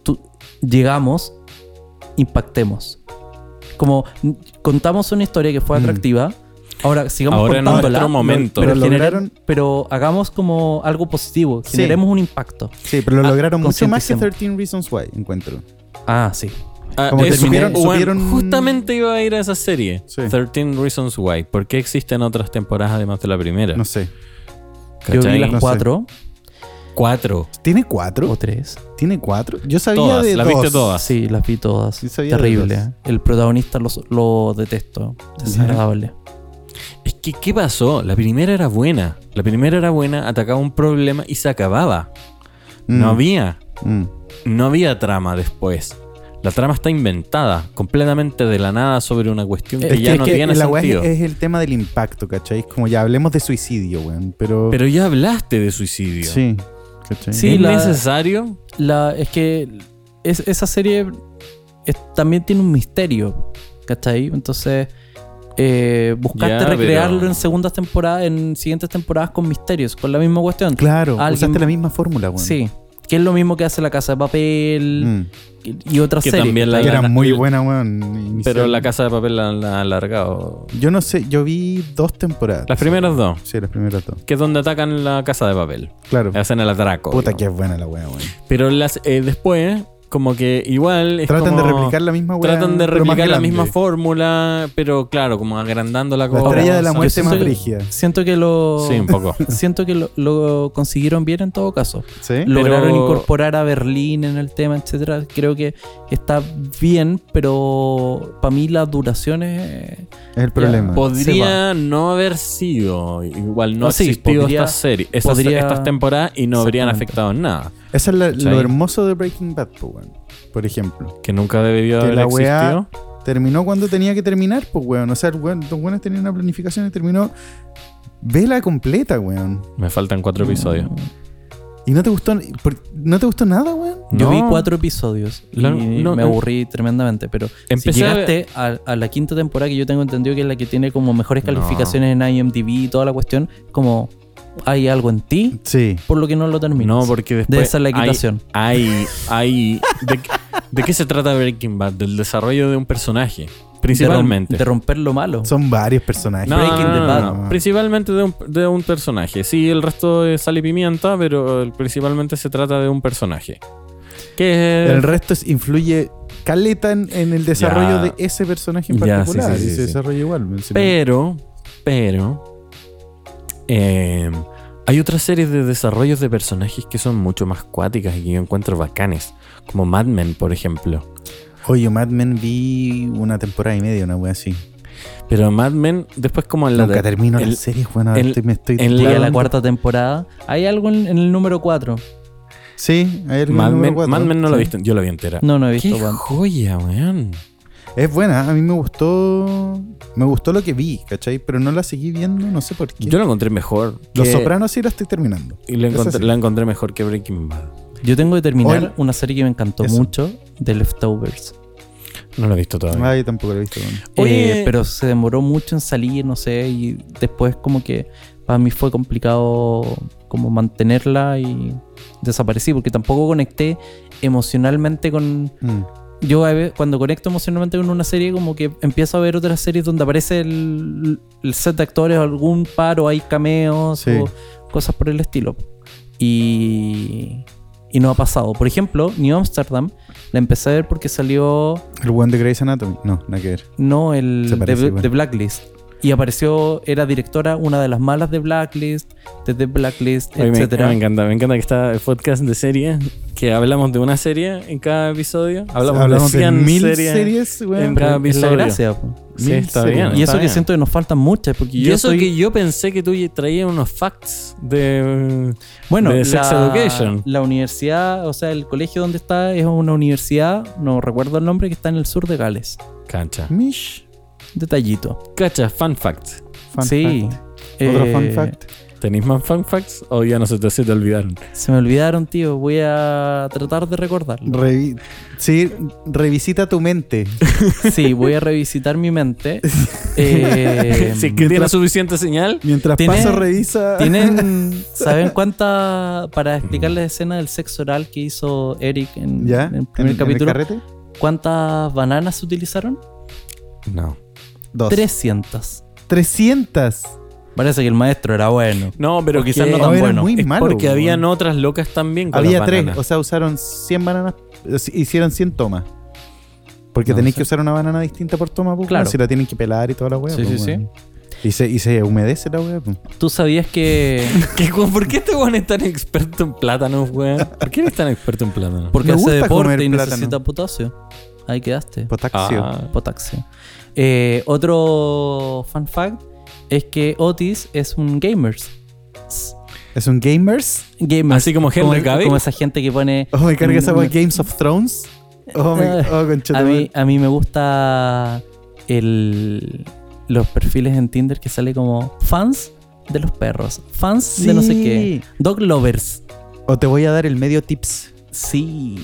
tu- llegamos, impactemos. Como mm, contamos una historia que fue Mm. atractiva. Ahora sigamos Ahora en contándola. otro momento. Pero, Pero genere- lograron- pero hagamos como algo positivo. Sí. Generemos un impacto. Sí, pero lo Ah, lograron mucho más que 13 concienticemos. Reasons Why, encuentro. Ah, sí. Ah, como eso, supieron- bueno, supieron- Justamente iba a ir a esa serie. Sí. 13 Reasons Why. ¿Por qué existen otras temporadas además de la primera? No sé. Yo vi ¿Cachai? las No sé. cuatro Cuatro. ¿Tiene o cuatro? tres. ¿Tiene cuatro? Yo sabía Todas. de Las dos. viste todas. Sí, las vi todas. Sí, sabía de Terrible. las- ¿eh? El protagonista los- lo, detesto. Desagradable. Es que, ¿qué pasó? La primera era buena. La primera era buena, atacaba un problema y se acababa. No Mm, había. mm. No había trama después. La trama está inventada, completamente de la nada sobre una cuestión que Es que, ya es no que tiene la weá sentido. es, es el tema del impacto, ¿cachai? Es Como ya hablemos de suicidio, weón. Pero. Pero ya hablaste de suicidio. sí, ¿cachai? Sí. ¿Es la- necesario? La, es que es- esa serie es- también tiene un misterio. ¿Cachai? Entonces, eh, buscaste Ya, recrearlo pero- en segundas temporadas, en siguientes temporadas con misterios, con la misma cuestión. Claro, Alguien- usaste la misma fórmula, weón. Sí. Que es lo mismo que hace La Casa de Papel Mm. y otras Que series. también la- Que ¿cachai? era la- muy la- buena, weón. Pero inicial. la casa de papel la la han alargado. Yo no sé, yo vi dos temporadas. Las primeras dos, Sí, las primeras dos. que es donde atacan la casa de papel. Claro. Hacen el atraco. Puta digamos. que es buena la weá, weón. Pero las eh, después, como que igual. es Tratan de como- replicar la misma weá. Tratan de pero más replicar la grande. misma fórmula, pero claro, como agrandando la La cosa. estrella de la Yo muerte siento más que- brígida. Siento que lo. Sí, un [laughs] poco. [laughs] Siento que lo- lo consiguieron bien en todo caso. ¿Sí? Lo- lograron Pero- incorporar a Berlín en el tema, etcétera. Creo que está bien, pero para mí la duración es Es el problema. Podría no haber sido, igual no Ah, ha sí, existido podría- estas series, esas- podría- estas temporadas y no habrían Exactamente. afectado en nada. Eso es la- lo ¿Cachai? hermoso de Breaking Bad, po, weón. Por ejemplo. Que nunca debió Que haber la weá- existido. Terminó cuando tenía que terminar, pues, weón. O sea, el weón, los weones tenían una planificación y terminó. Vela completa, weón. Me faltan cuatro episodios. ¿Y no te gustó, por- no te gustó nada, weón? No. Yo vi cuatro episodios y La- no, me em- aburrí tremendamente, pero Empecé si a- llegaste a, a la quinta temporada que yo tengo entendido que es la que tiene como mejores No. calificaciones en IMDb y toda la cuestión, como hay algo en ti Sí. por lo que no lo terminas. No, porque después. Debe ser la hay- equitación. Hay. hay, de, de qué se trata Breaking Bad? Del desarrollo de un personaje. Principalmente. De, rom- de romper lo malo. Son varios personajes. No, Breaking no, the no, Bad. no, no. Principalmente de un, de un personaje. Sí, el resto es sal y pimienta, pero el- principalmente se trata de un personaje. Que es. El resto es- influye caleta en, en el desarrollo Ya. de ese personaje en Ya, sí, particular. sí, sí, y sí, se sí. desarrolla igual. weón. Si no- Pero, pero. eh, hay otras series de desarrollos de personajes que son mucho más cuáticas y que yo encuentro bacanes. Como Mad Men, por ejemplo. Oye, Mad Men vi una temporada y media, una wea así. Pero Mad Men, después como en la Nunca de- termino el- las series, bueno, ahora el- estoy- me estoy... en Llegué a la Claro. cuarta temporada. Hay algo en, en el número cuatro. Sí, hay algo en el Mad número Men, cuatro. Mad Men no Sí. lo viste, yo lo vi entera. No, no he visto. Qué Juan. joya, weón. Es buena, a mí me gustó... Me gustó lo que vi, ¿cachai? Pero no la seguí viendo, no sé por qué. Yo lo encontré mejor. Los que- Sopranos sí la estoy terminando. Y lo Eso encontré, sí. la encontré mejor que Breaking Bad. Yo tengo que terminar Hoy- una serie que me encantó Eso. mucho, de Leftovers. No lo he visto todavía. Ay, tampoco la he visto. bueno. Oye. Eh, pero se demoró mucho en salir, no sé, y después como que para mí fue complicado como mantenerla y desaparecí, porque tampoco conecté emocionalmente con... Mm. Yo a ve- cuando conecto emocionalmente con una serie, como que empiezo a ver otras series donde aparece el, el set de actores, algún par o hay cameos Sí. o cosas por el estilo. Y, y no ha pasado. Por ejemplo, New Amsterdam la empecé a ver porque salió... El one de Grey's Anatomy. No, nada que ver. No, el Se parece de, igual. de Blacklist. Y apareció, era directora, una de las malas de Blacklist, de The Blacklist, Oye, me- etcétera. Me, encanta, me encanta que está el podcast de serie, que hablamos de una serie en cada episodio. Hablamos, de 100 mil series. series, weón. en Pero cada es la episodio. gracia, po. Sí, Mil está series. bien. está Y eso que bien. siento que nos faltan muchas, porque Y yo eso soy... que yo pensé que tú traías unos facts de. Bueno, de la, Sex Education. la universidad, o sea, el colegio donde está es una universidad, no recuerdo el nombre, que está en el sur de Gales. Cacha. Mish. Detallito. Cacha, fan facts. Fun sí. fact. Otro Eh, fun fact. ¿Tenéis más fan facts o ya no se te, se te olvidaron? Se me olvidaron, tío. Voy a tratar [laughs] de recordarlo. Revi- sí, revisita tu mente. Sí, voy a revisitar mi [laughs] mente. Eh, si es que tienes suficiente señal, Mientras Tiene- paso, revisa. ¿Tienen, ¿Saben cuánta, para explicar la escena del sexo oral que hizo Eric [laughs] en, ¿Ya? en el ¿En- primer en capítulo? carrete? ¿Cuántas bananas se utilizaron? no. Dos. 300. 300. Parece que el maestro era bueno. No, pero Porque quizás no no tan era bueno. Eh, oh, muy Es malo, porque weón. habían otras locas también. Con Había las tres. bananas. O sea, usaron 100 bananas. eh, Hicieron 100 tomas. Porque No tenéis sé. que usar una banana distinta por toma, pues, Claro. weón, Si la tienen que pelar y toda la weá. Sí, pues, sí, sí. weón. Y se, y se humedece la weá. pues. ¿Tú [laughs] sabías que [laughs] ¿Qué, weón? ¿Por qué este weón es tan experto en plátanos, weón? ¿Por qué eres tan experto en plátanos? porque Me hace gusta deporte comer y plátano. necesita potasio? Ahí quedaste. Potasio. Ah, Potasio. Eh, otro fun fact es que Otis es un gamers. ¿Es un gamers? Gamers. así como como, Henry Cavill. como esa gente que pone Oh, me carga esa Mm, weá. mm. Games of Thrones. Oh, me, oh concha A tu mí, madre. a mí me gusta el, los perfiles en Tinder que sale como fans de los perros, fans de no sé qué, Sí. dog lovers. O te voy a dar el medio tips. Sí.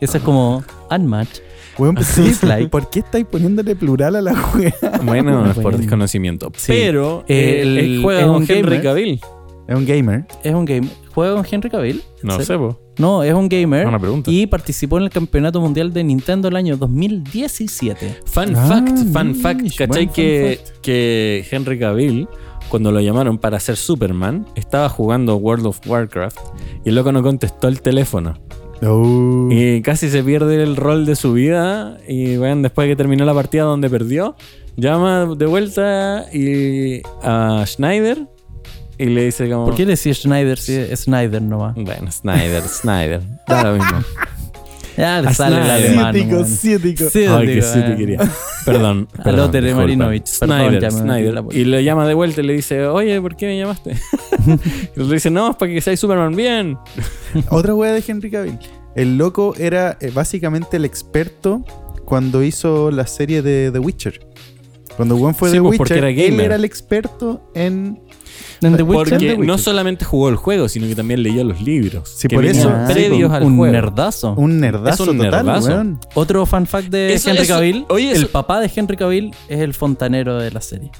Eso es como unmatch. Weón, pues, sí, Dislike. ¿Por qué estáis poniéndole plural a la weá? [laughs] Bueno, es por Bueno. desconocimiento. Sí. Pero Eh, el, el- juega es con un Henry gamer. Cavill. Es un gamer. Es un game. ¿Juega con Henry Cavill? No Sí. sé, po. No, es un gamer. Es una pregunta. Y participó en el campeonato mundial de Nintendo el año 2017. Fan Ah, fact, fan mish, fact. buen ¿Cachai fan que, que Henry Cavill, cuando lo llamaron para ser Superman, estaba jugando World of Warcraft y el loco no contestó el teléfono? Oh. Y casi se pierde el rol de su vida. Y bueno, después que terminó la partida donde perdió, llama de vuelta y a Schneider y le dice como... ¿Por qué le decís Schneider si es Schneider nomás? Bueno, [laughs] Snyder, Snyder. Da lo mismo. Ya le A sale el Schneider. alemán. Ciútico, weón. ciútico. [laughs] Sí, Ay, digo, que sí te eh. [laughs] quería. Perdón. Aló, perdón, Tere disculpa. Marinovich. Perdón, Snyder, ya me metí Snyder. la puerta. Y le llama de vuelta y le dice, oye, ¿por qué me [laughs] llamaste? y le dice, no, es para que seas Superman bien. Otra wea de Henry Cavill. El loco era eh, básicamente el experto cuando hizo la serie de The Witcher. Cuando Juan fue Sí, The pues, porque Witcher, era él gamer. era el experto en. ¿En The Witcher? Porque The Witcher. no solamente jugó el juego, sino que también leyó los libros. Sí, que por venían eso- Ah, previos un- al un juego. nerdazo. Un nerdazo Es un total, nerdazo. weón. Otro fan fact de Eso- Henry eso- Cavill. oye, el eso- papá de Henry Cavill es el fontanero de la serie.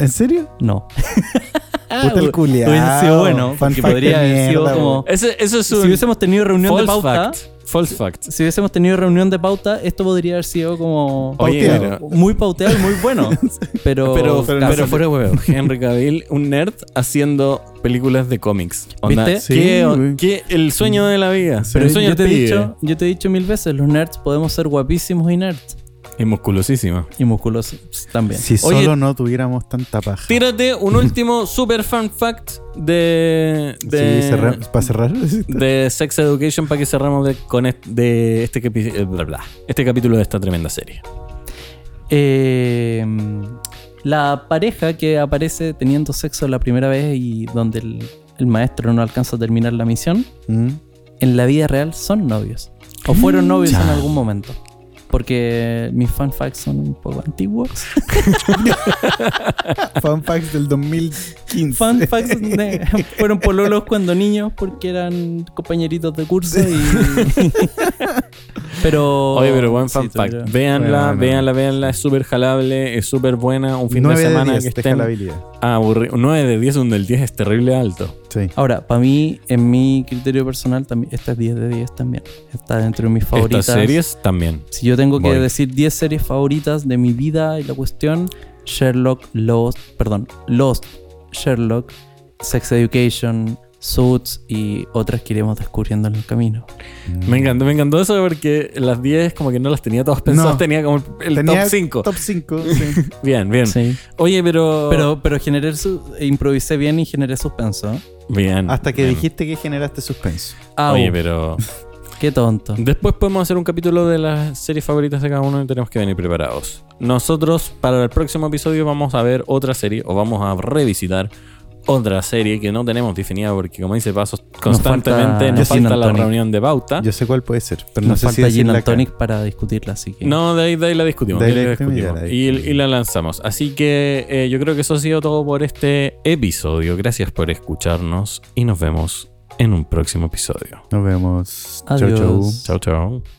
¿En serio? No. [laughs] Ah, Puta el culiao. Ah, pues, Hubiese sido bueno, Fan porque fact podría de haber sido mierda, como. Ese- eso es Si un hubiésemos tenido reunión de false pauta. fact. False fact. Si hubiésemos tenido reunión de pauta, esto podría haber sido como. Oye, Pauteado. mira, Muy pauteado y muy bueno. Pero. Pero, pero- pero fuera de huevo, [laughs] Henry Cavill, un nerd haciendo películas de cómics. Onda, ¿Viste? ¿qué- Sí, güey. qué- el sueño de la vida. Sí. Pero el yo, sueño te he del pibe. dicho, yo te he dicho mil veces: los nerds podemos ser guapísimos y nerds. Y musculosísimo. Y musculosos también. Si Oye- solo no tuviéramos tanta paja. Tírate un último super fan fact de. de Sí, cerra- para cerrar. de Sex Education para que cerramos de, con est- de este, capi- eh, bla, bla, este capítulo de esta tremenda serie. Eh, la pareja que aparece teniendo sexo la primera vez y donde el, el maestro no alcanza a terminar la misión, [laughs] Mm. en la vida real son novios. O fueron novios Ya. en algún momento. Porque mis fan facts son un poco antiguos. Fan facts del 2015. Fan facts de- fueron pololos cuando niños porque eran compañeritos de curso y... pero... Oye, pero buen fan Oh, sí, fact. tuvieron- Véanla, Bueno, bueno. véanla, véanla. Es súper jalable, es súper buena. Un fin 9 de semana de 10 que de estén jalabilidad. aburridos. 9 de 10, un del 10 es terrible alto. Sí. Ahora, para mí, en mi criterio personal, también, esta es 10 de 10 también. Está dentro de mis favoritas. Estas series también. Si yo tengo que Voy. decir 10 series favoritas de mi vida y la cuestión, Sherlock, Lost, perdón, Lost, Sherlock, Sex Education, Suits y otras que iremos descubriendo en el camino. Me encantó, me encantó eso porque las 10 como que no las tenía todas pensadas, No. tenía como el Tenía top Mm. 5. Top 5, sí. Bien, bien. Sí. Oye, pero... Pero, pero generé su, improvisé bien y generé suspenso. Bien. Hasta que bien. dijiste que generaste suspenso. Ah, Oye, [laughs] pero... qué tonto. Después podemos hacer un capítulo de las series favoritas de cada uno y tenemos que venir preparados. Nosotros para el próximo episodio vamos a ver otra serie o vamos a revisitar otra serie que no tenemos definida porque como dice Pasos constantemente falta nos Gin falta, and la Tonic. reunión de pauta. Yo sé cuál puede ser, pero no Nos sé si falta Gin decirla and acá. Tonic para discutirla, así que. No, de ahí, de ahí la discutimos. De ahí de ahí la la discutimos, discutimos. ya la Y, discutimos. y la lanzamos. Así que eh, yo creo que eso ha sido todo por este episodio. Gracias por escucharnos y nos vemos en un próximo episodio. Nos vemos. Chau, Adiós. Chao, chau. chao.